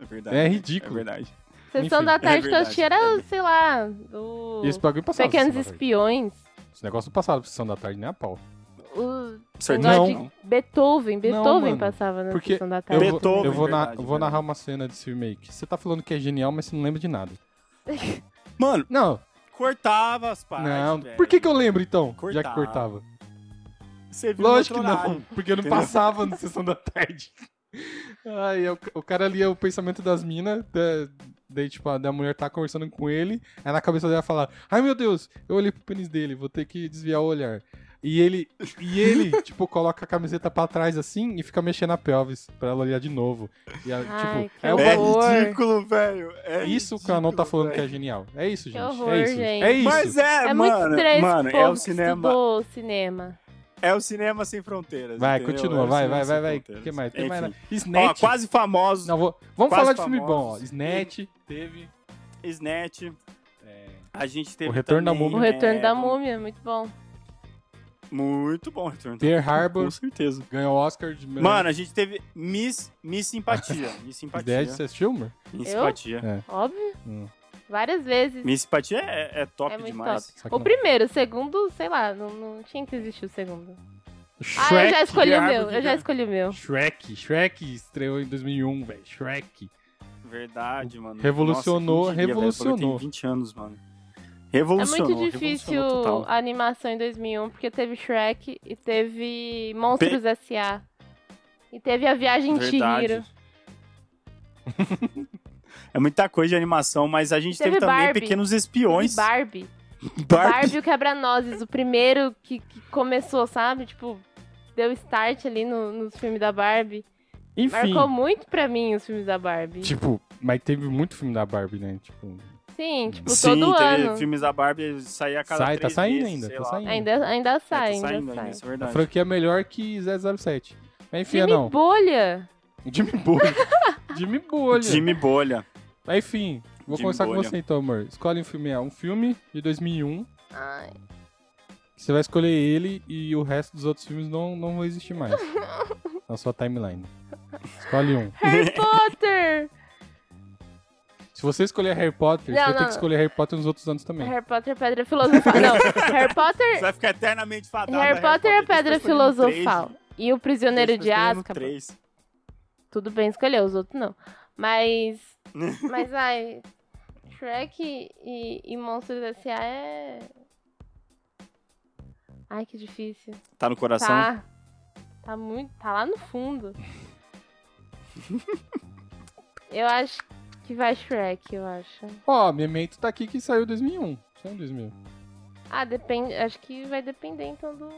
Speaker 4: É verdade.
Speaker 5: É ridículo.
Speaker 4: verdade.
Speaker 6: Sessão
Speaker 5: Enfim. é
Speaker 6: da tarde que eu
Speaker 4: verdade,
Speaker 6: assisti era, sei lá, é do.
Speaker 5: E
Speaker 4: Hum.
Speaker 5: esse bagulho passava. por
Speaker 6: Pequenos
Speaker 5: Sessão da Tarde.
Speaker 6: Espiões.
Speaker 5: Esse negócio não passava pra sessão da tarde, nem a pau.
Speaker 6: O
Speaker 4: Certeza
Speaker 5: Não.
Speaker 4: que
Speaker 6: negócio de Beethoven. Beethoven
Speaker 5: mano,
Speaker 6: passava na
Speaker 5: porque
Speaker 6: Sessão da
Speaker 5: Eu
Speaker 6: tarde.
Speaker 5: vou,
Speaker 4: Beethoven,
Speaker 5: eu vou, na-
Speaker 4: verdade,
Speaker 5: eu vou narrar
Speaker 4: verdade.
Speaker 5: uma cena desse filme aí. Que você tá falando que é genial, mas você não lembra de nada.
Speaker 4: Mano,
Speaker 5: Não,
Speaker 4: cortava as partes,
Speaker 5: não.
Speaker 4: velho.
Speaker 5: Por que, que eu lembro então? Já
Speaker 4: Cortava.
Speaker 5: que cortava.
Speaker 4: Você viu
Speaker 5: Lógico que
Speaker 4: no outro
Speaker 5: não,
Speaker 4: horário.
Speaker 5: porque não
Speaker 4: entendeu?
Speaker 5: passava na sessão da tarde. Ai, o, o cara ali é o pensamento das minas, da, daí, tipo, a, da mulher tá conversando com ele, aí na cabeça dela fala, ai meu Deus, eu olhei pro pênis dele, vou ter que desviar o olhar. E ele, e ele tipo, coloca a camiseta pra trás assim e fica mexendo a pelvis pra ela olhar de novo. E ela,
Speaker 6: Ai,
Speaker 5: tipo,
Speaker 6: que
Speaker 5: é o
Speaker 4: É
Speaker 6: horror.
Speaker 4: ridículo, velho. É
Speaker 5: isso que ela não tá
Speaker 4: ridículo,
Speaker 5: falando que
Speaker 4: velho.
Speaker 5: é genial. É isso, gente.
Speaker 6: horror,
Speaker 5: é isso.
Speaker 6: gente.
Speaker 5: É isso.
Speaker 4: Mas é,
Speaker 6: É muito
Speaker 4: mano,
Speaker 6: estranho
Speaker 4: mano,
Speaker 6: esse
Speaker 4: é
Speaker 6: povo
Speaker 4: o
Speaker 6: que
Speaker 4: cinema,
Speaker 6: estudou cinema.
Speaker 4: é o cinema sem fronteiras.
Speaker 5: Vai,
Speaker 4: entendeu?
Speaker 5: continua,
Speaker 4: É o
Speaker 5: vai,
Speaker 4: cinema
Speaker 5: vai,
Speaker 4: sem
Speaker 5: vai, vai. O
Speaker 4: fronteiras.
Speaker 5: que mais? Tem mais
Speaker 4: Enfim.
Speaker 5: nada.
Speaker 4: Ó,
Speaker 5: Snatch.
Speaker 4: quase famosos,
Speaker 5: Não, vou- vamos
Speaker 4: Quase assim.
Speaker 5: falar de filme bom, ó.
Speaker 4: famosos.
Speaker 5: Snatch, teve.
Speaker 4: Snatch. A gente teve
Speaker 5: O Retorno da
Speaker 4: também,
Speaker 6: O
Speaker 5: Múmia.
Speaker 4: é,
Speaker 6: Retorno da Múmia, muito bom.
Speaker 4: Muito bom, Retorno da
Speaker 5: Pearl
Speaker 4: Múmia.
Speaker 5: Harbor
Speaker 4: Com certeza.
Speaker 5: ganhou o Oscar de melhor
Speaker 4: Mano, a gente teve Miss, Miss Simpatia. Miss Simpatia.
Speaker 5: ideia de ser filme.
Speaker 4: Miss
Speaker 6: Eu?
Speaker 4: Simpatia.
Speaker 6: Óbvio.
Speaker 5: Hum.
Speaker 6: Várias vezes.
Speaker 4: Miss Simpatia é, é top
Speaker 6: é muito
Speaker 4: demais.
Speaker 5: Só que
Speaker 6: top. O
Speaker 5: não.
Speaker 6: primeiro, o segundo, sei lá, não, não tinha que existir o segundo. É
Speaker 5: Shrek, né?
Speaker 6: ah, eu já escolhi o
Speaker 4: Diabo
Speaker 6: meu,
Speaker 4: de
Speaker 6: eu já
Speaker 4: Deus.
Speaker 6: escolhi o meu.
Speaker 5: Shrek, Shrek estreou em 2001, velho. Shrek.
Speaker 4: Verdade, mano.
Speaker 5: Revolucionou,
Speaker 4: Nossa, quem diria,
Speaker 5: revolucionou.
Speaker 4: velho, o bagulho tem 20 anos, mano.
Speaker 6: É
Speaker 4: Revolucionou.
Speaker 6: muito difícil
Speaker 4: revolucionou total.
Speaker 6: a animação em 2001, porque teve Shrek e teve Monstros S.A. E teve A Viagem de Chihiro.
Speaker 4: Verdade. é muita coisa de animação, mas a gente teve,
Speaker 6: Teve
Speaker 4: também
Speaker 6: Barbie.
Speaker 4: Pequenos
Speaker 6: E
Speaker 4: Espiões.
Speaker 6: Barbie.
Speaker 4: Barbie.
Speaker 6: Barbie e o Quebra-Nozes, o primeiro que, que começou, sabe? Tipo, deu start ali no- nos filmes da Barbie.
Speaker 5: Enfim,
Speaker 6: Marcou muito pra mim os filmes da Barbie.
Speaker 5: tipo, mas teve muito filme da Barbie, né? Tipo,
Speaker 6: Sim, tipo,
Speaker 4: Sim,
Speaker 6: todo
Speaker 4: teve
Speaker 6: ano.
Speaker 4: filmes da Barbie sair a cada
Speaker 5: Sai, tá
Speaker 4: três
Speaker 5: saindo
Speaker 4: meses,
Speaker 5: ainda,
Speaker 4: sei
Speaker 5: tá
Speaker 4: lá.
Speaker 5: saindo.
Speaker 6: Ainda, ainda sai,
Speaker 4: É, tá
Speaker 6: ainda
Speaker 4: saindo ainda,
Speaker 6: sai.
Speaker 4: isso é
Speaker 5: a
Speaker 4: verdade.
Speaker 5: franquia é melhor que 007. Mas enfim,
Speaker 6: Jimmy
Speaker 5: não.
Speaker 6: Bolha.
Speaker 5: Jimmy Bolha. Jimmy Bolha.
Speaker 4: Jimmy Bolha.
Speaker 5: Mas enfim, vou
Speaker 4: Jimmy
Speaker 5: começar com
Speaker 4: Bolha.
Speaker 5: você então, amor. Escolhe um filme, ah, um filme de 2001.
Speaker 6: Ai,
Speaker 5: Você vai escolher ele e o resto dos outros filmes não, não vão existir mais. na sua timeline. Escolhe um.
Speaker 6: Harry Potter!
Speaker 5: Se você escolher Harry Potter,
Speaker 6: Não,
Speaker 5: você vai ter
Speaker 6: não.
Speaker 5: que escolher Harry Potter nos outros anos também.
Speaker 6: Harry Potter é pedra filosofal. Não, Harry
Speaker 4: Você
Speaker 6: Potter,
Speaker 4: vai ficar eternamente fadado. a
Speaker 6: É. Harry Potter é
Speaker 4: Potter.
Speaker 6: pedra
Speaker 4: Depois foi no três,
Speaker 6: filosofal. E o Prisioneiro
Speaker 4: depois
Speaker 6: de
Speaker 4: foi no
Speaker 6: Azkaban.
Speaker 4: um três.
Speaker 6: Tudo bem escolher, os outros não. Mas. Mas, ai. Shrek e, e Monstros S.A. é. Ai, que difícil.
Speaker 4: Tá no coração?
Speaker 6: Tá. Tá muito. Tá lá no fundo. eu acho que vai Shrek, eu acho.
Speaker 5: Ó, Memento tá aqui que saiu em 2001. Saiu em 2000.
Speaker 6: Ah, depende. Acho que vai depender então do.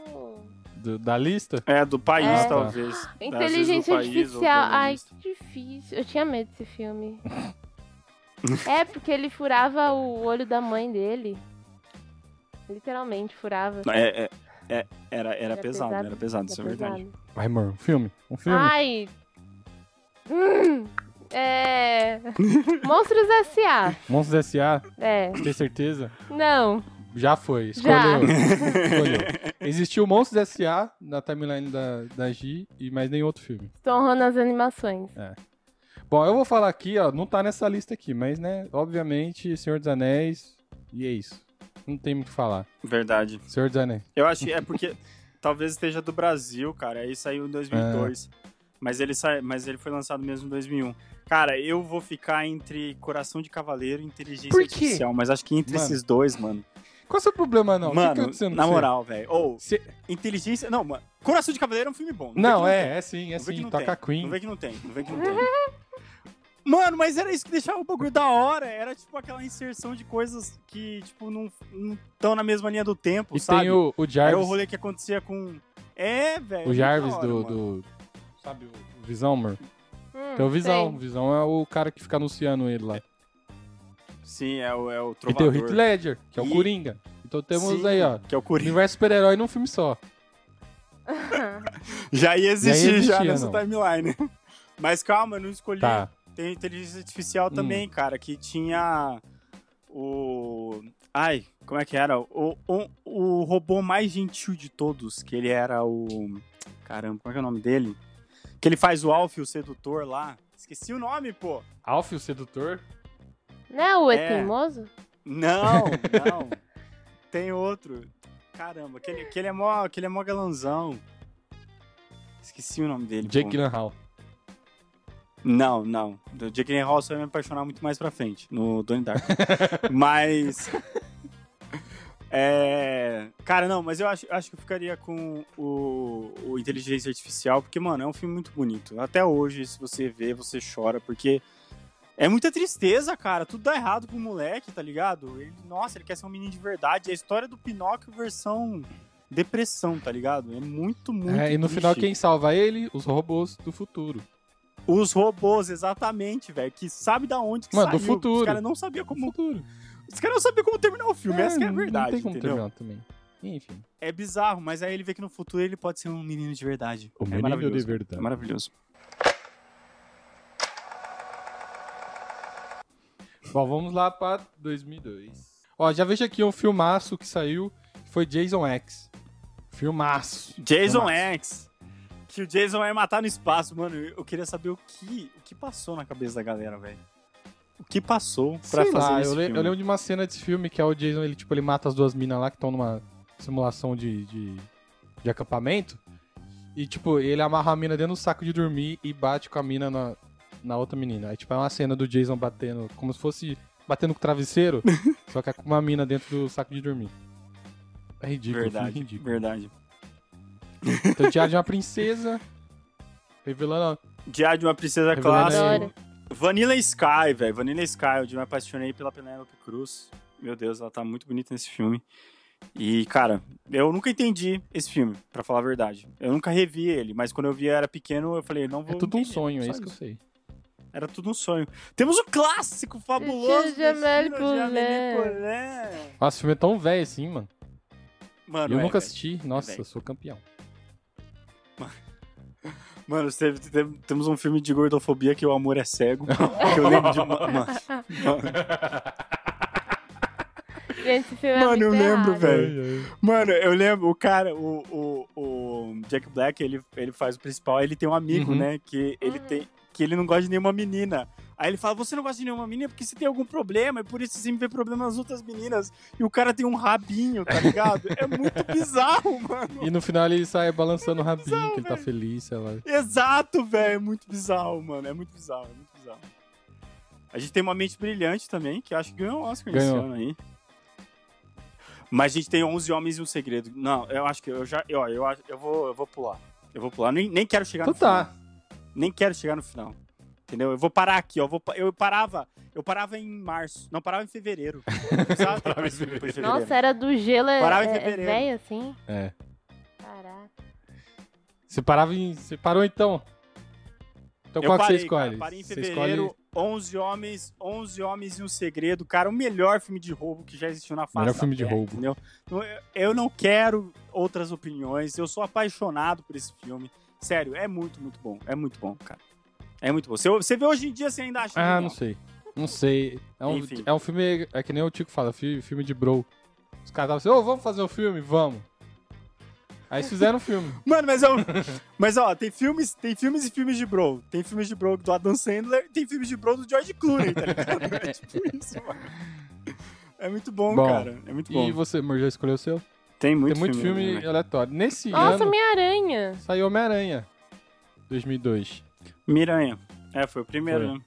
Speaker 5: do- da lista?
Speaker 4: É, do país,
Speaker 6: É.
Speaker 4: talvez.
Speaker 6: Inteligência
Speaker 4: Às vezes do país ou
Speaker 6: artificial.
Speaker 4: do
Speaker 6: Ai,
Speaker 4: país.
Speaker 6: que difícil. Eu tinha medo desse filme. é, porque ele furava o olho da mãe dele. Literalmente furava.
Speaker 4: É, é, é, era, era, pesado,
Speaker 6: pesado,
Speaker 4: era pesado, isso é verdade.
Speaker 6: pesado.
Speaker 5: Vai, mano, um filme. Um filme.
Speaker 6: Ai. Hum. É. Monstros S.A.
Speaker 5: Monstros S.A.,
Speaker 6: É.
Speaker 5: tem certeza?
Speaker 6: Não.
Speaker 5: Já foi,
Speaker 6: Já.
Speaker 5: escolheu. escolheu. Existiu Monstros S.A. na timeline da, da G, e mais nenhum outro filme.
Speaker 6: Estou honrando as animações.
Speaker 5: Bom, eu vou falar aqui, ó, não tá nessa lista aqui, mas, né, obviamente, Senhor dos Anéis, e é isso. Não tem muito o que falar.
Speaker 4: Verdade.
Speaker 5: Senhor dos Anéis.
Speaker 4: Eu acho que é porque talvez esteja do Brasil, cara. Aí saiu em 2002.
Speaker 5: É.
Speaker 4: Mas, ele sai, mas ele foi lançado mesmo em 2001. Cara, eu vou ficar entre Coração de Cavaleiro e Inteligência
Speaker 5: Por quê?
Speaker 4: Artificial. Mas acho que entre
Speaker 5: Mano.
Speaker 4: esses dois, mano.
Speaker 5: Qual é o seu problema, não? O que que
Speaker 4: mano,
Speaker 5: aconteceu com
Speaker 4: na
Speaker 5: você?
Speaker 4: moral, velho. Ou,
Speaker 5: Cê-
Speaker 4: Inteligência. Não, mano. Coração de Cavaleiro é um filme bom.
Speaker 5: Não,
Speaker 4: vê que
Speaker 5: é, é sim, é
Speaker 4: Não vê que
Speaker 5: sim.
Speaker 4: não
Speaker 5: Toca
Speaker 4: tem.
Speaker 5: Queen.
Speaker 4: Não vê que não tem, não vê que não tem. Mano, mas era isso que deixava o bagulho da hora. Era tipo aquela inserção de coisas que, tipo, não estão na mesma linha do tempo,
Speaker 5: E
Speaker 4: sabe?
Speaker 5: tem o,
Speaker 4: Era É
Speaker 5: o
Speaker 4: o
Speaker 5: Jarvis,
Speaker 4: rolê que acontecia com. É, velho.
Speaker 5: o Jarvis
Speaker 4: muito da
Speaker 5: do,
Speaker 4: hora, mano.
Speaker 5: do... Sabe o Visão, amor?
Speaker 6: Hum,
Speaker 5: Tem o Visão. O
Speaker 6: sei.
Speaker 5: Visão é o cara que fica anunciando ele lá.
Speaker 4: Sim, é o, é o
Speaker 5: E tem o
Speaker 4: É Trovador.
Speaker 5: Heath Ledger, que é o
Speaker 4: E-
Speaker 5: Coringa. Então temos
Speaker 4: Sim,
Speaker 5: aí, ó,
Speaker 4: Que é o Coringa.
Speaker 5: universo super-herói num filme só.
Speaker 4: Já ia existir já,
Speaker 5: existia,
Speaker 4: nessa
Speaker 5: não.
Speaker 4: timeline. Mas calma, eu não escolhi.
Speaker 5: Tá. Hum.
Speaker 4: Tem inteligência artificial também, cara, que tinha o. Ai, como é que era? O, o, o robô mais gentil de todos, que ele era o. Caramba, como é que é o nome dele? Que ele faz o Alf, o sedutor lá. Esqueci o nome, pô.
Speaker 5: Alf, o sedutor.
Speaker 6: Não é o E
Speaker 4: É.
Speaker 6: Teimoso?
Speaker 4: Não, não. Tem outro. Caramba, aquele, aquele, é mó, aquele é mó galanzão. Esqueci o nome dele.
Speaker 5: Jake
Speaker 4: pô.
Speaker 5: Gyllenhaal.
Speaker 4: Não, não. Do Jake Gyllenhaal você vai me apaixonar muito mais pra frente, no Donnie Darko. mas... É... Cara, não, mas eu acho, acho que eu ficaria com o, o Inteligência Artificial, porque, mano, é um filme muito bonito. Até hoje, se você vê, você chora, porque... É muita tristeza, cara. Tudo dá errado pro moleque, tá ligado? Ele, nossa, ele quer ser um menino de verdade. É a história do Pinóquio versão depressão, tá ligado? É muito, muito.
Speaker 5: É, e no final,
Speaker 4: triste.
Speaker 5: quem salva ele? Os robôs do futuro.
Speaker 4: Os robôs, exatamente, velho. Que sabe da onde que
Speaker 5: Mano, do
Speaker 4: saiu.
Speaker 5: futuro.
Speaker 4: Os caras não sabiam como.
Speaker 5: futuro.
Speaker 4: Os caras não sabiam como terminar o filme. essa que é a
Speaker 5: não-
Speaker 4: verdade,
Speaker 5: Não tem como
Speaker 4: entendeu?
Speaker 5: terminar também. Enfim.
Speaker 4: É bizarro, mas aí ele vê que no futuro ele pode ser um menino de verdade.
Speaker 5: O
Speaker 4: é
Speaker 5: menino
Speaker 4: maravilhoso.
Speaker 5: de verdade.
Speaker 4: É maravilhoso.
Speaker 5: Bom, vamos lá pra 2002. Ó, já vejo aqui um filmaço que saiu, que foi Jason X. Filmaço.
Speaker 4: Jason
Speaker 5: Filmaço.
Speaker 4: X. Que o Jason vai matar no espaço, mano. Eu eu queria saber o que, o que passou na cabeça da galera, velho. O que passou pra
Speaker 5: Sei
Speaker 4: fazer
Speaker 5: lá,
Speaker 4: esse
Speaker 5: eu, le-
Speaker 4: filme?
Speaker 5: eu lembro de uma cena desse filme que é o Jason, ele, tipo, ele mata as duas minas lá que estão numa simulação de, de, de acampamento. E, tipo, ele amarra a mina dentro do saco de dormir e bate com a mina na, na outra menina. Aí, tipo, é uma cena do Jason batendo, como se fosse batendo com o travesseiro, só que é com uma mina dentro do saco de dormir. É ridículo, verdade.
Speaker 4: verdade,
Speaker 5: Filme ridículo.
Speaker 4: verdade.
Speaker 5: Então, Diário de uma Princesa, revelando...
Speaker 4: Diário de uma Princesa
Speaker 5: revelando
Speaker 4: Clássica.
Speaker 5: aí-
Speaker 6: Adoro.
Speaker 4: Vanilla Sky, velho. Vanilla Sky, onde eu me apaixonei pela Penélope Cruz. Meu Deus, ela tá muito bonita nesse filme. E, cara, eu nunca entendi esse filme, pra falar a verdade. Eu nunca revi ele, mas quando eu vi eu era pequeno, eu falei, não
Speaker 5: É
Speaker 4: vou.
Speaker 5: tudo um
Speaker 4: entender,
Speaker 5: sonho, é
Speaker 4: só
Speaker 5: isso que eu sei.
Speaker 4: Era tudo um sonho. Temos o clássico fabuloso.
Speaker 6: Destino de Amélie
Speaker 4: Destino de Amélie
Speaker 6: Poulain.
Speaker 4: Poulain.
Speaker 5: Nossa, o filme é tão velho assim, mano.
Speaker 4: Mano,
Speaker 5: eu
Speaker 4: é,
Speaker 5: nunca
Speaker 4: velho.
Speaker 5: assisti. Nossa,
Speaker 4: velho.
Speaker 5: eu sou campeão.
Speaker 4: Mano, teve- teve- temos um filme de gordofobia que o amor é cego. que eu lembro de uma. Mano,
Speaker 6: Gente, esse filme é
Speaker 4: Mano, eu
Speaker 6: muito
Speaker 4: lembro,
Speaker 6: errado.
Speaker 4: velho. Mano, eu lembro, o cara, o, o, o Jack Black, ele, ele faz o principal, ele tem um amigo,
Speaker 5: Uhum.
Speaker 4: né? Que ele
Speaker 6: Uhum.
Speaker 4: tem. Que ele não gosta de nenhuma menina. Aí ele fala: Você não gosta de nenhuma menina porque você tem algum problema, e por isso você me vê problema nas outras meninas. E o cara tem um rabinho, tá ligado? é muito bizarro, mano.
Speaker 5: E no final ele sai balançando o rabinho, que ele tá
Speaker 4: é velho.
Speaker 5: feliz, sei lá.
Speaker 4: Exato, velho. É muito bizarro, mano. É muito bizarro, é muito bizarro. A gente tem uma mente brilhante também, que acho que ganhou um Oscar nesse
Speaker 5: Ganhou.
Speaker 4: ano aí. Mas a gente tem 11 Homens e um Segredo. Não, eu acho que eu já. Eu, eu, acho- eu, vou, eu vou pular. Eu vou pular. Nem, nem quero chegar
Speaker 5: Então
Speaker 4: no final.
Speaker 5: tá.
Speaker 4: Nem quero chegar no final. Entendeu? Eu vou parar aqui, ó. Eu, vou pa- eu parava. Eu parava em março. Não, parava em fevereiro. Não precisava ter
Speaker 5: Parava em
Speaker 4: mais filme depois de fevereiro.
Speaker 6: Nossa, era do gelo, é,
Speaker 4: Parava em
Speaker 6: é, é
Speaker 4: fevereiro.
Speaker 6: velho assim.
Speaker 5: É.
Speaker 6: Caraca.
Speaker 5: Você parava em. Você parou então? Então
Speaker 4: eu
Speaker 5: qual que
Speaker 4: parei,
Speaker 5: você escolhe?
Speaker 4: Cara, parei em
Speaker 5: Você
Speaker 4: fevereiro,
Speaker 5: escolhe
Speaker 4: 11 Homens, 11 Homens e um Segredo. Cara, o melhor filme de roubo que já existiu na face
Speaker 5: Melhor
Speaker 4: da
Speaker 5: filme de
Speaker 4: terra,
Speaker 5: roubo.
Speaker 4: Entendeu? Não, eu- Eu não quero outras opiniões. Eu sou apaixonado por esse filme. Sério, é muito, muito bom. É muito bom, cara. É muito bom. Você, você vê hoje em dia, você ainda acha
Speaker 5: Ah,
Speaker 4: legal.
Speaker 5: não sei. Não sei. É um,
Speaker 4: Enfim.
Speaker 5: é um filme. É que nem o Tico fala, fi- filme de bro. Os caras estavam assim, ô, vamos fazer um filme? Vamos. Aí eles fizeram um filme.
Speaker 4: Mano, mas eu. mas ó, tem filmes, tem filmes e filmes de bro. Tem filmes de bro do Adam Sandler, tem filmes de bro do George Clooney, tá ligado? É tipo isso, mano. É muito bom,
Speaker 5: Bom,
Speaker 4: cara. É muito bom.
Speaker 5: E você, amor, já escolheu o seu?
Speaker 4: Tem muito,
Speaker 5: Tem muito filme,
Speaker 4: né?
Speaker 5: aleatório. Nesse
Speaker 6: Nossa,
Speaker 5: ano
Speaker 6: minha aranha.
Speaker 5: saiu Homem-Aranha. 2002.
Speaker 4: Miranha. É, foi o primeiro,
Speaker 5: Foi.
Speaker 4: né?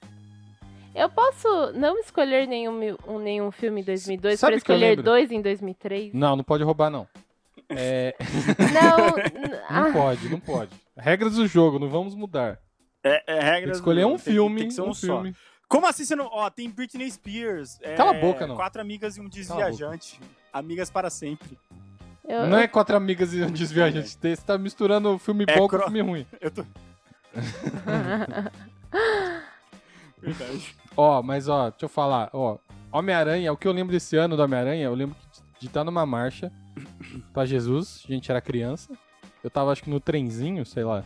Speaker 6: Eu posso não escolher nenhum, um- nenhum filme em 2002
Speaker 5: Sabe
Speaker 6: pra
Speaker 5: que eu
Speaker 6: escolher
Speaker 5: lembro?
Speaker 6: dois em 2003?
Speaker 5: Não, não pode roubar, não. É,
Speaker 6: Não, n-
Speaker 5: não
Speaker 6: ah,
Speaker 5: pode, não pode. Regras do jogo, não vamos mudar.
Speaker 4: É, é regra.
Speaker 5: Tem que escolher um filme,
Speaker 4: Tem que ser um,
Speaker 5: um filme.
Speaker 4: só. Como assim você não. Ó, tem Britney Spears. é,
Speaker 5: Cala a boca, não.
Speaker 4: Quatro amigas e um
Speaker 5: Cala a boca.
Speaker 4: desviajante. Amigas para sempre.
Speaker 6: eu,
Speaker 5: Não é quatro amigas e um desviajante. Você tá misturando filme
Speaker 4: É
Speaker 5: bom
Speaker 4: cro-
Speaker 5: com filme ruim.
Speaker 4: Eu tô. Verdade.
Speaker 5: Ó, mas ó, deixa eu falar, ó. Homem-Aranha, é o que eu lembro desse ano do Homem-Aranha, eu lembro de estar numa marcha pra Jesus, a gente era criança. Eu tava, acho que no trenzinho, sei lá.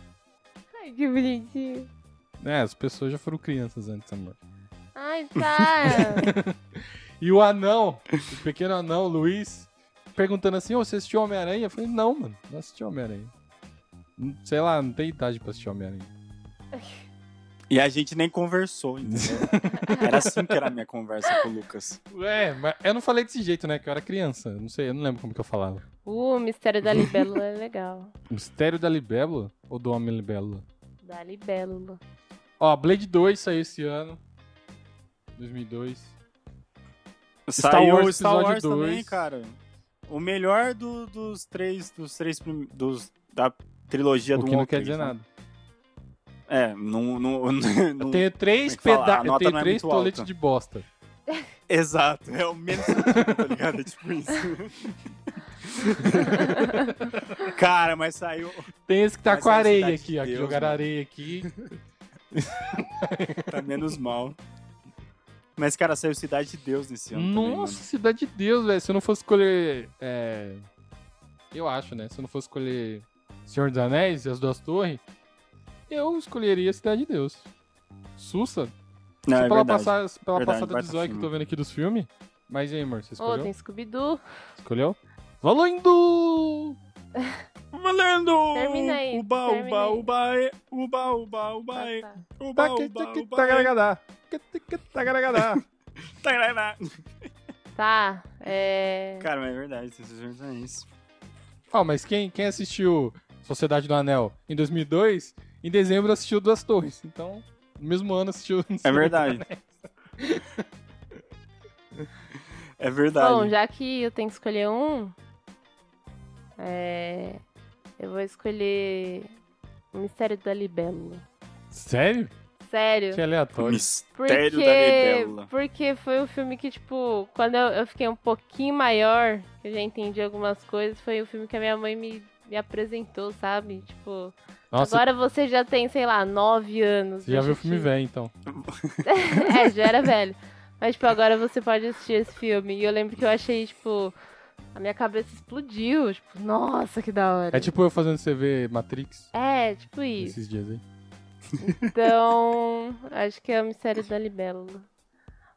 Speaker 6: Ai, que bonitinho.
Speaker 5: É, as pessoas já foram crianças antes, amor.
Speaker 6: Ai, para.
Speaker 5: E o anão, o pequeno anão, Luiz, perguntando assim, ô, você assistiu Homem-Aranha? Eu falei, não, mano, não assisti Homem-Aranha. Não- Sei lá, não tem idade pra assistir Homem-Aranha.
Speaker 4: E a gente nem conversou, entendeu? Era assim que era a minha conversa com o Lucas.
Speaker 5: Ué, É, mas eu não falei desse jeito, né? Que eu era criança. Eu Não sei, eu não lembro como que eu falava.
Speaker 6: Uh, o Mistério da Libélula é legal.
Speaker 5: Mistério da Libélula ou do Homem Libélula?
Speaker 6: Da Libélula.
Speaker 5: Ó, Blade 2 saiu esse ano. 2002. Star
Speaker 4: Saiu
Speaker 5: Wars
Speaker 4: Star
Speaker 5: Episódio
Speaker 4: Wars também,
Speaker 5: dois.
Speaker 4: cara. O melhor do- dos três, dos três prim- dos da trilogia
Speaker 5: o
Speaker 4: do
Speaker 5: que
Speaker 4: um
Speaker 5: não
Speaker 4: ao
Speaker 5: quer
Speaker 4: três,
Speaker 5: dizer
Speaker 4: né?
Speaker 5: nada.
Speaker 4: É, não, não,
Speaker 5: Eu
Speaker 4: não,
Speaker 5: tenho três
Speaker 4: Tem que falar, a
Speaker 5: pedaços. Eu
Speaker 4: nota
Speaker 5: tenho
Speaker 4: não é
Speaker 5: três
Speaker 4: muito
Speaker 5: toletes
Speaker 4: alta.
Speaker 5: de bosta.
Speaker 4: Exato, é o menos sentido, tá ligado? É tipo isso. Cara, mas saiu.
Speaker 5: Tem esse que tá
Speaker 4: Mas
Speaker 5: com
Speaker 4: é a
Speaker 5: areia
Speaker 4: cidade de
Speaker 5: aqui, ó. Que
Speaker 4: Deus, né? um
Speaker 5: jogaram
Speaker 4: mano.
Speaker 5: areia aqui.
Speaker 4: Tá menos mal. Mas, cara, saiu Cidade de Deus nesse ano. também,
Speaker 5: Nossa, Cidade de Deus, velho. Se eu não fosse escolher. é, Eu acho, né? Se eu não fosse escolher Senhor dos Anéis e as Duas Torres, eu escolheria Cidade de Deus. Sussa.
Speaker 4: mano.
Speaker 5: Só
Speaker 4: Não, é
Speaker 5: pela,
Speaker 4: verdade.
Speaker 5: passada- pela
Speaker 4: Verdade,
Speaker 5: passada
Speaker 4: baita
Speaker 5: de zóio que eu
Speaker 4: filme.
Speaker 5: tô vendo aqui dos filmes. Mas e aí, amor, você
Speaker 6: Ô,
Speaker 5: escolheu?
Speaker 6: tem Scooby-Doo.
Speaker 5: Escolheu? Valendo!
Speaker 4: Valendo!
Speaker 6: Termina aí,
Speaker 4: Uba,
Speaker 6: termina
Speaker 4: uba,
Speaker 6: aí.
Speaker 4: uba, e, uba, uba, uba, e,
Speaker 6: Ah, tá.
Speaker 4: uba, uba,
Speaker 5: tá
Speaker 4: uba, e.
Speaker 5: Tagaragadá. tá Tagaragadá.
Speaker 4: Tarará.
Speaker 6: Tá, é...
Speaker 4: Cara, mas é verdade, vocês viram isso.
Speaker 5: Ó, mas quem, quem assistiu Sociedade do Anel em 2002, em dezembro assistiu Duas Torres. Então, no mesmo ano assistiu...
Speaker 4: É verdade. É verdade.
Speaker 6: Bom, já que eu tenho que escolher um, é... eu vou escolher o Mistério da Libélula.
Speaker 5: Sério?
Speaker 6: Sério.
Speaker 5: Que aleatório.
Speaker 4: Mistério da
Speaker 6: Porque,
Speaker 4: Libélula.
Speaker 6: porque foi um filme que, tipo, quando eu, eu fiquei um pouquinho maior, que eu já entendi algumas coisas, foi o filme que a minha mãe me, me apresentou, sabe? Tipo,
Speaker 5: Nossa,
Speaker 6: agora você já tem, sei lá, nove anos.
Speaker 5: você já
Speaker 6: deixa
Speaker 5: viu o
Speaker 6: eu
Speaker 5: filme
Speaker 6: te-
Speaker 5: velho, então.
Speaker 6: é, já era velho. Mas, tipo, agora você pode assistir esse filme. E eu lembro que eu achei, tipo, a minha cabeça explodiu. Tipo, nossa, que da hora.
Speaker 5: É tipo eu fazendo você ver Matrix
Speaker 6: É, tipo isso.
Speaker 5: esses dias aí.
Speaker 6: Então, acho que é o Mistério da Libélula.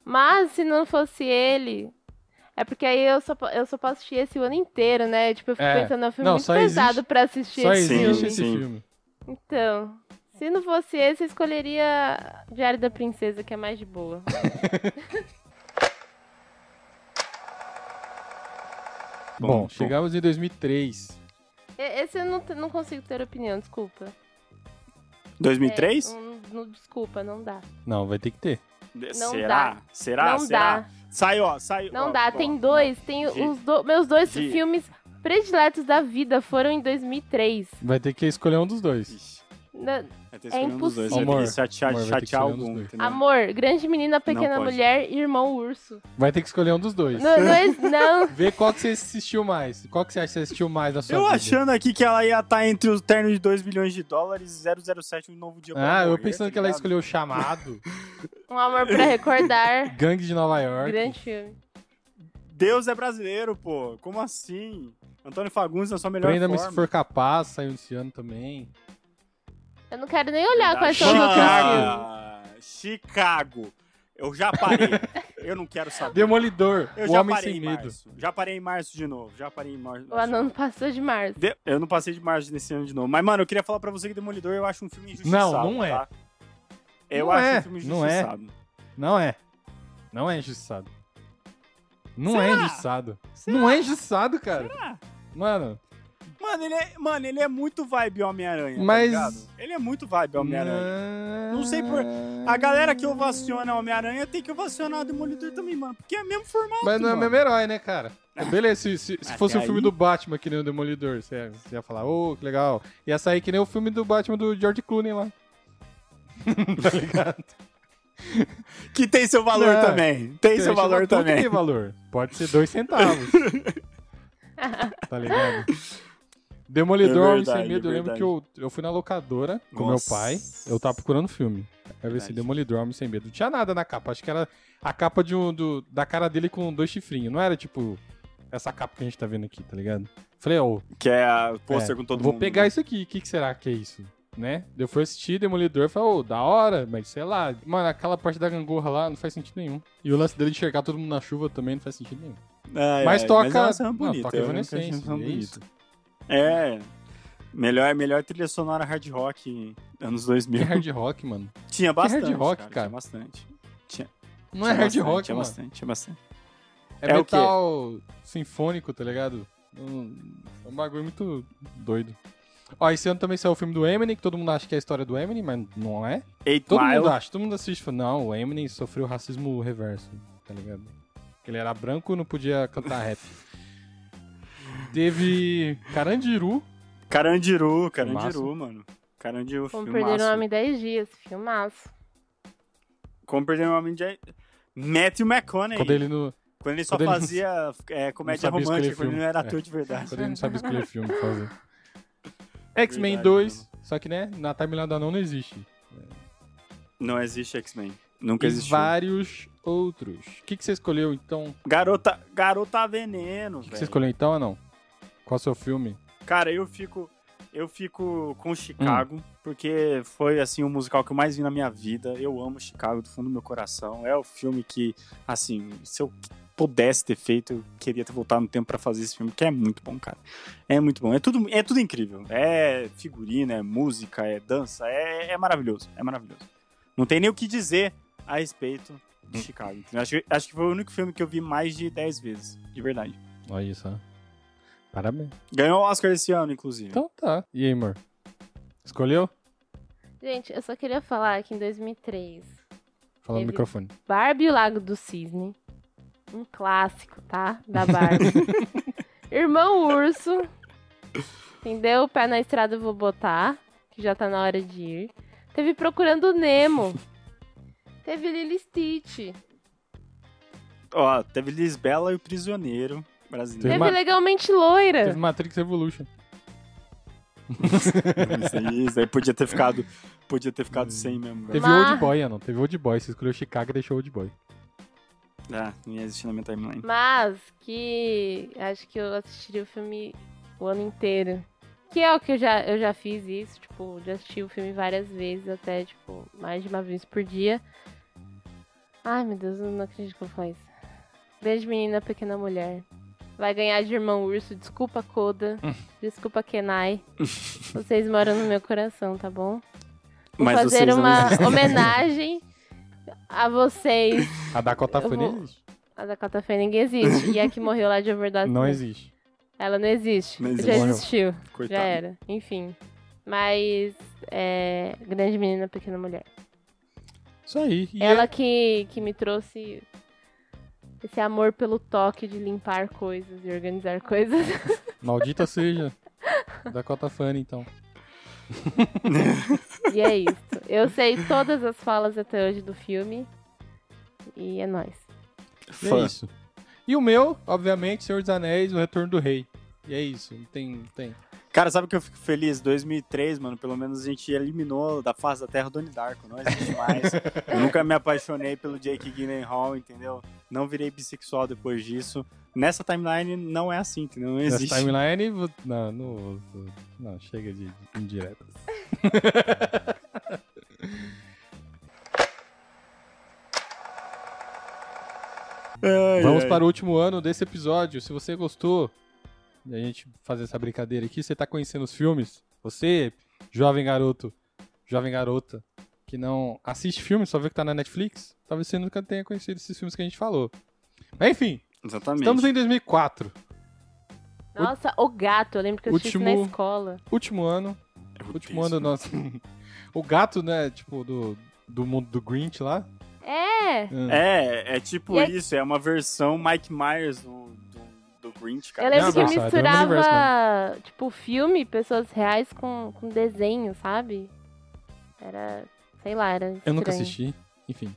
Speaker 6: Mas, se não fosse ele... É porque aí eu só, po- eu só posso assistir esse o ano inteiro, né? Tipo, eu fico
Speaker 5: É.
Speaker 6: pensando, é um filme
Speaker 5: Não,
Speaker 6: muito
Speaker 5: só
Speaker 6: pesado
Speaker 5: existe-
Speaker 6: pra assistir
Speaker 5: Só
Speaker 6: esse
Speaker 5: existe
Speaker 6: filme.
Speaker 5: esse
Speaker 4: Sim.
Speaker 5: filme.
Speaker 6: Então, se não fosse esse, eu escolheria Diário da Princesa, que é mais de boa.
Speaker 5: Bom,
Speaker 4: Bom,
Speaker 5: chegamos em 2003.
Speaker 6: E- Esse eu não, te- não consigo ter opinião, desculpa.
Speaker 4: 2003?
Speaker 6: É, não- não- desculpa, não dá.
Speaker 5: Não, vai ter que ter.
Speaker 6: Não
Speaker 4: Será?
Speaker 6: dá.
Speaker 4: Será?
Speaker 6: não
Speaker 4: Será?
Speaker 6: dá,
Speaker 4: Sai, ó, sai.
Speaker 6: não
Speaker 4: ó,
Speaker 6: dá.
Speaker 4: ó.
Speaker 6: Tem dois, tem
Speaker 4: Gi.
Speaker 6: os do- meus dois
Speaker 4: Gi.
Speaker 6: filmes prediletos da vida foram em 2003.
Speaker 5: Vai ter que escolher um dos dois.
Speaker 4: Ixi.
Speaker 6: Na-
Speaker 4: É, tá escolhendo um dos dois.
Speaker 5: impossível.
Speaker 4: vai ter que chatear,
Speaker 5: Amor, vai ter que
Speaker 4: chatear
Speaker 5: escolher um dos
Speaker 4: algum,
Speaker 5: dois.
Speaker 4: entendeu?
Speaker 6: Amor, grande menina, pequena
Speaker 4: pode.
Speaker 6: mulher e irmão urso.
Speaker 5: Vai ter que escolher um dos dois.
Speaker 6: Não, não, é- não.
Speaker 5: Vê qual que você assistiu mais. Qual que você acha que você assistiu mais na sua
Speaker 4: Eu
Speaker 5: vida?
Speaker 4: achando aqui que ela ia estar entre os ternos de 2 bilhões de dólares e 007 um novo dia pra
Speaker 5: Ah, eu
Speaker 4: morrer,
Speaker 5: pensando
Speaker 4: tá
Speaker 5: que ela
Speaker 4: ligado?
Speaker 5: escolheu o chamado,
Speaker 6: Um amor pra recordar.
Speaker 5: Gangue de Nova York.
Speaker 6: Grande filme.
Speaker 4: Deus é brasileiro, pô. Como assim? Antônio Fagundes na sua melhor
Speaker 5: Prenda-me se
Speaker 4: forma.
Speaker 5: for capaz, saiu esse ano também.
Speaker 6: Eu não quero nem olhar quais são os outros
Speaker 4: Chicago.
Speaker 6: filmes.
Speaker 4: Chicago. Eu já parei. eu não quero saber.
Speaker 5: Demolidor,
Speaker 4: Eu
Speaker 5: o
Speaker 4: já
Speaker 5: Homem
Speaker 4: parei
Speaker 5: Sem
Speaker 4: em
Speaker 5: Medo.
Speaker 4: março. Já parei em março de novo. Já parei em março.
Speaker 6: O anão não passou de março.
Speaker 4: De- Eu não passei de março nesse ano de novo. Mas, mano, eu queria falar pra você que Demolidor eu acho um filme injustiçado.
Speaker 5: Não, não é.
Speaker 4: tá? Eu
Speaker 5: Não
Speaker 4: acho
Speaker 5: é,
Speaker 4: um filme
Speaker 5: não é.
Speaker 4: injustiçado.
Speaker 5: Não é. Não é injustiçado. Não é
Speaker 4: Será?
Speaker 5: injustiçado. Não é injustiçado, cara. Mano,
Speaker 4: Mano, ele é, mano, ele é muito vibe Homem-Aranha. tá
Speaker 5: Mas-
Speaker 4: ligado? ele é muito vibe Homem-Aranha.
Speaker 5: não... é.
Speaker 4: Não sei por- A galera que ovaciona Homem-Aranha tem que ovacionar o Demolidor também, mano. Porque é o mesmo formato.
Speaker 5: Mas não é o
Speaker 4: mano.
Speaker 5: mesmo herói, né, cara? Beleza, se, se- se
Speaker 4: Até
Speaker 5: fosse o filme
Speaker 4: aí.
Speaker 5: do Batman que nem o Demolidor, você ia, você ia falar, ô, que legal. Ia sair que nem o filme do Batman do George Clooney lá. tá ligado?
Speaker 4: Que tem seu valor
Speaker 5: É.
Speaker 4: também. Tem seu
Speaker 5: Então,
Speaker 4: valor
Speaker 5: tudo que
Speaker 4: também.
Speaker 5: Tem valor. Pode ser dois centavos. tá ligado? Demolidor,
Speaker 4: É
Speaker 5: Homem
Speaker 4: verdade,
Speaker 5: Sem Medo.
Speaker 4: é
Speaker 5: eu lembro que eu, eu fui na locadora com
Speaker 4: Nossa.
Speaker 5: meu pai. Eu tava procurando filme. Aí eu vi esse
Speaker 4: Verdade.
Speaker 5: Demolidor, Homem Sem Medo. Não tinha nada na capa. Acho que era a capa de um, do- da cara dele com dois chifrinhos. Não era tipo essa capa que a gente tá vendo aqui, tá ligado? Falei, ô,
Speaker 4: Que é o pôster
Speaker 5: é,
Speaker 4: com todo
Speaker 5: vou
Speaker 4: mundo. né?
Speaker 5: pegar isso aqui. O que, que será que é isso? Né? Eu fui assistir Demolidor e falei, ô, da hora, mas sei lá. Mano, aquela parte da gangorra lá não faz sentido nenhum. E o lance dele de enxergar todo mundo na chuva também não faz sentido nenhum.
Speaker 4: Ai,
Speaker 5: Mas
Speaker 4: ai,
Speaker 5: toca-
Speaker 4: Mas é uma cena
Speaker 5: não,
Speaker 4: bonita.
Speaker 5: toca
Speaker 4: eu lembro que
Speaker 5: Evanescence,
Speaker 4: achei uma cena
Speaker 5: é isso.
Speaker 4: bonita. É. Melhor, melhor trilha sonora hard rock anos
Speaker 5: Que
Speaker 4: 2000.
Speaker 5: É hard rock, mano.
Speaker 4: Tinha bastante.
Speaker 5: hard rock, cara?
Speaker 4: Tinha bastante.
Speaker 5: Não
Speaker 4: Tinha
Speaker 5: é hard
Speaker 4: bastante,
Speaker 5: rock,
Speaker 4: Tinha
Speaker 5: mano.
Speaker 4: bastante, tinha bastante.
Speaker 5: É,
Speaker 4: É o quê?
Speaker 5: metal sinfônico, tá ligado? Um- É um bagulho muito doido. Ó, esse ano também saiu o filme do Eminem, que todo mundo acha que é a história do Eminem, mas não é.
Speaker 4: Eight
Speaker 5: Todo
Speaker 4: Mile.
Speaker 5: mundo acha, todo mundo assiste e fala, não, o Eminem sofreu racismo reverso, tá ligado? Ele era branco e não podia cantar rap. Teve Carandiru,
Speaker 4: Carandiru,
Speaker 5: Filmaço.
Speaker 4: Carandiru, mano. Carandiru,
Speaker 6: Como
Speaker 4: filmaço.
Speaker 6: perder um homem em 10 dias. Filmaço.
Speaker 4: Como perder um homem de... Matthew McConaughey.
Speaker 5: quando ele, não,
Speaker 4: Quando ele só
Speaker 5: Quando ele não-
Speaker 4: fazia é, comédia
Speaker 5: não sabia escolher
Speaker 4: romântica, quando ele
Speaker 5: filme.
Speaker 4: não era
Speaker 5: É.
Speaker 4: ator de verdade.
Speaker 5: quando ele não sabe escolher filme pra fazer. X-Men
Speaker 4: É Verdade,
Speaker 5: 2, só que né, na timeline da não, não existe.
Speaker 4: Não existe X-Men. Nunca
Speaker 5: E
Speaker 4: existiu.
Speaker 5: vários outros. O que, que você escolheu então?
Speaker 4: Garota, garota Veneno,
Speaker 5: O que, que
Speaker 4: velho.
Speaker 5: você escolheu então ou não? Qual é o seu filme?
Speaker 4: Cara, eu fico, eu fico com Chicago, porque foi, assim, o musical que eu mais vi na minha vida. Eu amo Chicago do fundo do meu coração. É o filme que, assim, se eu pudesse ter feito, eu queria ter voltado no tempo pra fazer esse filme, que é muito bom, cara. É muito bom. É tudo, é tudo incrível. É figurina, é música, é dança. É, é maravilhoso. É maravilhoso. Não tem nem o que dizer a respeito de Chicago. entendeu? Acho, que- acho que foi o único filme que eu vi mais de 10 vezes, de verdade.
Speaker 5: Olha isso, ó. Parabéns.
Speaker 4: Ganhou o Oscar esse ano, inclusive.
Speaker 5: Então tá. E aí, amor? Escolheu?
Speaker 6: Gente, eu só queria falar que em 2003,
Speaker 5: Fala no
Speaker 6: Teve.
Speaker 5: microfone.
Speaker 6: Barbie e o Lago do Cisne. Um clássico, tá? Da Barbie. Irmão Urso. Entendeu? O pé na estrada eu vou botar. Que já tá na hora de ir. Teve Procurando o Nemo. Teve Lily Stitch.
Speaker 4: Ó, teve Lisbela e o Prisioneiro
Speaker 5: Teve
Speaker 4: brasileiro.
Speaker 5: uma-
Speaker 6: Teve Legalmente Loira.
Speaker 5: Teve Matrix Evolution.
Speaker 4: é Isso aí, isso aí podia ter ficado, podia ter ficado sem mesmo. velho.
Speaker 5: Hum. Teve
Speaker 6: Mar-
Speaker 5: Old Boy, não. Teve Old Boy. Você escolheu Chicago e deixou Old Boy.
Speaker 4: Ah, não ia existir na minha timeline.
Speaker 6: Mas que acho que eu assistiria o filme o ano inteiro. Que é o que eu já, eu já fiz isso, tipo, já assisti o filme várias vezes, até, tipo, mais de uma vez por dia. Ai, meu Deus, eu não acredito que eu falei isso. Grande menina, pequena mulher. Vai ganhar de irmão urso, desculpa Koda, desculpa Kenai. Vocês moram no meu coração, tá bom? Vou
Speaker 4: Mas
Speaker 6: fazer
Speaker 4: vocês não
Speaker 6: uma
Speaker 4: existem.
Speaker 6: homenagem a vocês
Speaker 5: A Dakota
Speaker 6: Eu
Speaker 5: Fanny
Speaker 6: vou-
Speaker 5: existe?
Speaker 6: a Dakota Fanning existe. E a que morreu lá de overdose.
Speaker 5: Não
Speaker 6: né?
Speaker 5: existe.
Speaker 6: Ela não existe.
Speaker 4: Não
Speaker 6: Já
Speaker 4: existe.
Speaker 5: Morreu.
Speaker 6: existiu. Já
Speaker 4: Coitado.
Speaker 6: era. Enfim. Mas. É, grande menina, pequena mulher.
Speaker 5: Isso aí. E é-
Speaker 6: Ela que, que me trouxe esse amor pelo toque de limpar coisas e organizar coisas.
Speaker 5: é- Maldita seja. Dakota Fanny, então.
Speaker 6: e é isso. Eu sei todas as falas até hoje do filme. E é nóis.
Speaker 5: E
Speaker 4: Fã.
Speaker 5: é isso. E o meu, obviamente, Senhor dos Anéis, O Retorno do Rei. E é isso. Não tem. Não tem.
Speaker 4: Cara, sabe que eu fico feliz? 2003, mano, pelo menos a gente eliminou da face da Terra o Donnie Darko, não existe mais. eu nunca me apaixonei pelo Jake Gyllenhaal, entendeu? Não virei bissexual depois disso. Nessa timeline não é assim, entendeu? Não
Speaker 5: Nessa
Speaker 4: existe.
Speaker 5: timeline. vo- Não, não, não, chega de indiretas.
Speaker 4: Ai,
Speaker 5: Vamos
Speaker 4: ai.
Speaker 5: para o último ano desse episódio. Se você gostou da gente fazer essa brincadeira aqui, você tá conhecendo os filmes? Você, jovem garoto, jovem garota, que não assiste filme, só vê que tá na Netflix, talvez você nunca tenha conhecido esses filmes que a gente falou. Mas enfim,
Speaker 4: Exatamente.
Speaker 5: estamos em 2004,
Speaker 6: Nossa, o gato. Eu lembro que eu assisti isso na
Speaker 5: Último-
Speaker 6: escola.
Speaker 5: último ano,
Speaker 4: Meu
Speaker 5: último
Speaker 4: Deus.
Speaker 5: ano do nosso... o gato, né, tipo, do, do mundo do Grinch lá.
Speaker 6: É!
Speaker 4: É, é tipo
Speaker 6: E é-
Speaker 4: isso, é uma versão Mike Myers do, do, do Grinch, cara.
Speaker 6: Eu lembro
Speaker 5: Não,
Speaker 6: que
Speaker 5: não, sabe, é um universo
Speaker 6: misturava, tipo, filme, pessoas reais com, com desenho, sabe? Era, sei lá, era
Speaker 5: Eu nunca
Speaker 6: estranho.
Speaker 5: assisti, enfim.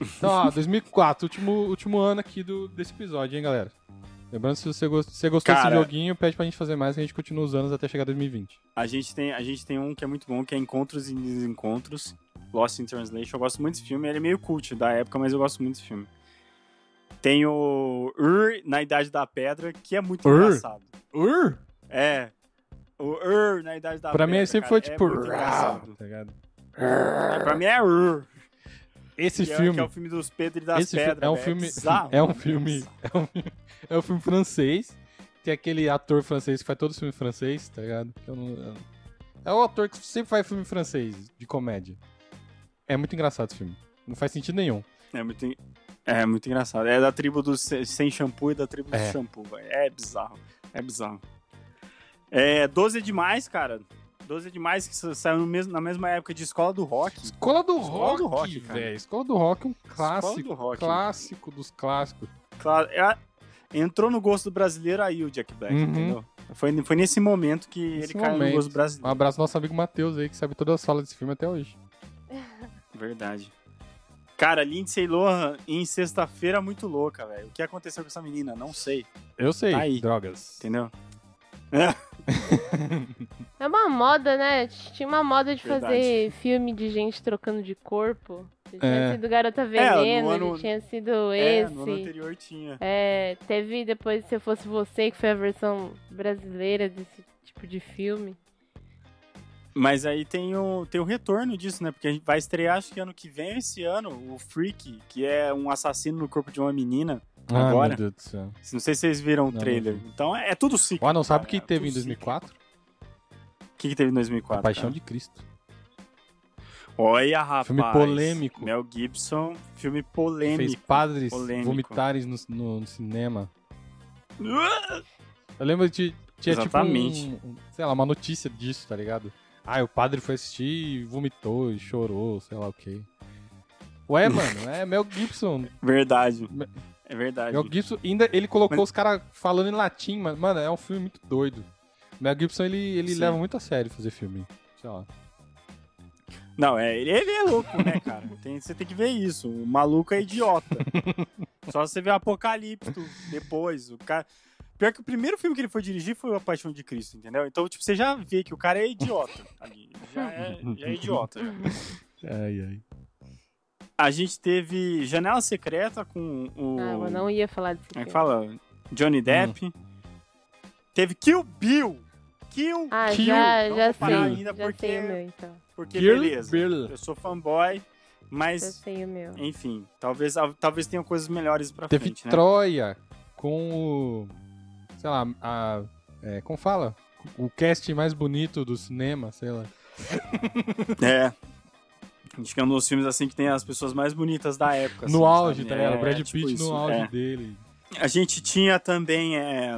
Speaker 5: Então, ó, 2004, último, último ano aqui do, desse episódio, hein, galera? Lembrando, se você, gost, se você gostou
Speaker 4: Cara.
Speaker 5: desse joguinho, pede pra gente fazer mais, que a gente continua os anos até chegar 2020.
Speaker 4: A gente, tem, a gente tem um que é muito bom, que é Encontros e Desencontros, Lost in Translation. Eu gosto muito desse filme, ele é meio cult da época, mas eu gosto muito desse filme. Tem o Ur na Idade da Pedra, que é muito
Speaker 5: Ur?
Speaker 4: engraçado.
Speaker 5: Uh!
Speaker 4: É. O Ur na Idade da
Speaker 5: Pra
Speaker 4: Pedra.
Speaker 5: mim,
Speaker 4: cara,
Speaker 5: sempre foi
Speaker 4: é
Speaker 5: tipo...
Speaker 4: muito engraçado.
Speaker 5: tá ligado?
Speaker 4: É, pra mim é Ur.
Speaker 5: Esse
Speaker 4: que é-
Speaker 5: filme...
Speaker 4: que É, o filme dos Pedro e das
Speaker 5: esse fi-
Speaker 4: Pedras.
Speaker 5: é um
Speaker 4: velho,
Speaker 5: filme...
Speaker 4: bizarro,
Speaker 5: É um
Speaker 4: cara,
Speaker 5: filme...
Speaker 4: bizarro.
Speaker 5: É um filme, é um filme francês. Tem aquele ator francês que faz todo filme francês, tá ligado? Que eu não- eu- é o ator que sempre faz filme francês, de comédia. É muito engraçado esse filme. Não faz sentido nenhum.
Speaker 4: É muito, en- é muito engraçado. É da tribo do se- sem shampoo e da tribo
Speaker 5: É.
Speaker 4: do shampoo, velho. É bizarro. É bizarro. É, 12 é demais, cara. 12 é demais que sa- saiu no mesmo, na mesma época de Escola do Rock.
Speaker 5: Escola do
Speaker 4: Escola
Speaker 5: Rock,
Speaker 4: do Rock, cara.
Speaker 5: velho. Escola do Rock é um clássico.
Speaker 4: Escola do Rock.
Speaker 5: Clássico dos clássicos.
Speaker 4: Claro, é a- entrou no gosto do brasileiro aí o Jack Black,
Speaker 5: Uhum.
Speaker 4: entendeu? Foi, foi nesse momento que
Speaker 5: Nesse
Speaker 4: ele caiu no
Speaker 5: momento.
Speaker 4: gosto
Speaker 5: Um
Speaker 4: brasileiro.
Speaker 5: abraço ao nosso amigo Matheus aí, que sabe toda a sala desse filme até hoje. Ah.
Speaker 4: Verdade. Cara, Lindsay Lohan em sexta-feira muito louca, velho. O que aconteceu com essa menina? Não sei,
Speaker 5: Eu sei.
Speaker 4: Tá aí.
Speaker 5: Drogas.
Speaker 4: entendeu?
Speaker 6: É uma moda, né? Tinha uma moda de
Speaker 4: Verdade.
Speaker 6: fazer filme de gente trocando de corpo. Ele
Speaker 5: É.
Speaker 6: Tinha sido Garota Veneno,
Speaker 4: ano-
Speaker 6: ele tinha sido
Speaker 4: É, no ano
Speaker 6: esse.
Speaker 4: anterior tinha.
Speaker 6: É, teve depois Se Eu Fosse Você, que foi a versão brasileira desse tipo de filme.
Speaker 4: Mas aí tem o, tem o retorno disso, né? Porque a gente vai estrear, acho que ano que vem, esse ano, o Freak, que é um assassino no corpo de uma menina.
Speaker 5: Ah,
Speaker 4: Agora?
Speaker 5: meu Deus do céu.
Speaker 4: Não sei se vocês viram o
Speaker 5: Não,
Speaker 4: trailer.
Speaker 5: não
Speaker 4: Então é, é tudo ciclo.
Speaker 5: Ah, não sabe o
Speaker 4: cara,
Speaker 5: que
Speaker 4: é tudo
Speaker 5: teve
Speaker 4: Tá.
Speaker 5: em 2004?
Speaker 4: ciclo. O que, que teve em
Speaker 5: A
Speaker 4: 2004?
Speaker 5: Paixão
Speaker 4: cara?
Speaker 5: de Cristo.
Speaker 4: Olha, rapaz.
Speaker 5: Filme polêmico.
Speaker 4: Mel Gibson, filme
Speaker 5: Que
Speaker 4: polêmico.
Speaker 5: Fez padres
Speaker 4: polêmico.
Speaker 5: vomitarem no, no- no cinema. Eu lembro de. Tinha
Speaker 4: Ah! Exatamente.
Speaker 5: tipo. um- um- sei lá, uma notícia disso, tá ligado? Ah, o padre foi assistir e vomitou e chorou, sei lá o quê. Ué, mano, é Mel Gibson,
Speaker 4: Verdade. É verdade.
Speaker 5: Mel Gibson ainda ele colocou os caras falando em latim, mano. Mano, é um filme muito doido. Mel Gibson ele, ele
Speaker 4: Sim.
Speaker 5: leva muito a sério fazer filme. Sei lá.
Speaker 4: Não, é, ele, ele é louco, né, cara? Tem- você tem que ver isso. O maluco é idiota. Só você vê o Apocalipto depois. O cara... Pior que o primeiro filme que ele foi dirigir foi o A Paixão de Cristo, entendeu? Então, tipo, você já vê que o cara é idiota. Ali. Já, é, já é idiota. já.
Speaker 5: Ai, ai.
Speaker 4: A gente teve Janela Secreta com o.
Speaker 6: Ah, eu não ia falar desse
Speaker 4: Como é que
Speaker 6: filme.
Speaker 4: fala? Johnny Depp.
Speaker 5: Hum.
Speaker 4: Teve Kill Bill. Kill,
Speaker 6: Ah,
Speaker 5: Kill.
Speaker 6: já,
Speaker 4: Não vou
Speaker 6: já sei.
Speaker 4: parar ainda
Speaker 6: já
Speaker 4: porque-
Speaker 6: sei o meu, então.
Speaker 4: porque
Speaker 5: Kill
Speaker 4: beleza.
Speaker 5: Bill.
Speaker 4: Eu sou fanboy, mas.
Speaker 6: Já sei o meu.
Speaker 4: Né? Enfim, talvez, talvez tenham coisas melhores pra
Speaker 5: Teve
Speaker 4: frente, né?
Speaker 5: Troia com o. Sei lá, a. é, como fala? O cast mais bonito do cinema, sei lá.
Speaker 4: É. Acho que é um dos filmes assim que tem as pessoas mais bonitas da época. assim,
Speaker 5: no auge,
Speaker 4: sabe?
Speaker 5: tá ligado?
Speaker 4: É,
Speaker 5: O Brad
Speaker 4: é
Speaker 5: Pitt
Speaker 4: tipo isso,
Speaker 5: no auge
Speaker 4: é.
Speaker 5: dele.
Speaker 4: A gente tinha também é,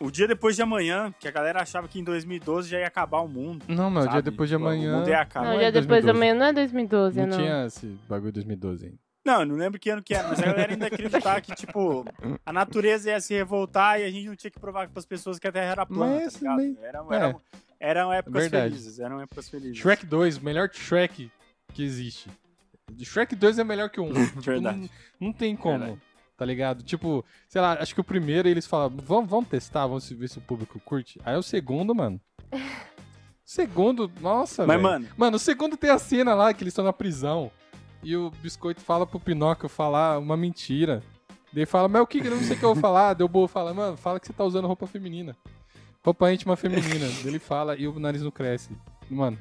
Speaker 4: O Dia Depois de Amanhã, que a galera achava que em 2012 já ia acabar o mundo.
Speaker 5: Não, meu, o dia
Speaker 4: sabe?
Speaker 5: depois de
Speaker 4: Tipo, O
Speaker 5: amanhã.
Speaker 4: mundo ia
Speaker 6: Não,
Speaker 4: acabar.
Speaker 5: é
Speaker 6: já depois da
Speaker 5: 2012.
Speaker 6: manhã não é 2012,
Speaker 5: Não,
Speaker 6: não.
Speaker 5: tinha esse bagulho de 2012 ainda.
Speaker 4: Não, eu não lembro que ano que era, mas a galera ainda acreditava que, tipo, a natureza ia se revoltar e a gente não tinha que provar para as pessoas que a Terra era plana,
Speaker 5: Mas
Speaker 4: tá ligado?
Speaker 5: nem-
Speaker 4: Era,
Speaker 5: é.
Speaker 4: era, Eram épocas
Speaker 5: Verdade.
Speaker 4: felizes, eram épocas felizes.
Speaker 5: Shrek 2, melhor Shrek que existe. Shrek 2 é melhor que um. Tipo,
Speaker 4: Verdade.
Speaker 5: Não, não tem como,
Speaker 4: Verdade.
Speaker 5: tá ligado? Tipo, sei lá, acho que o primeiro eles falam, vamos, vamos testar, vamos se- ver se o público curte. Aí o segundo, mano. Segundo, nossa,
Speaker 4: Mas,
Speaker 5: velho.
Speaker 4: mano,
Speaker 5: Mano, o segundo tem a cena lá que eles estão na prisão. E o biscoito fala pro Pinóquio falar uma mentira. Daí fala, mas o que que eu não sei o que eu vou falar? Deu boa, fala, mano, fala que você tá usando roupa feminina. Roupa íntima feminina. Daí ele fala e o nariz não cresce. Mano,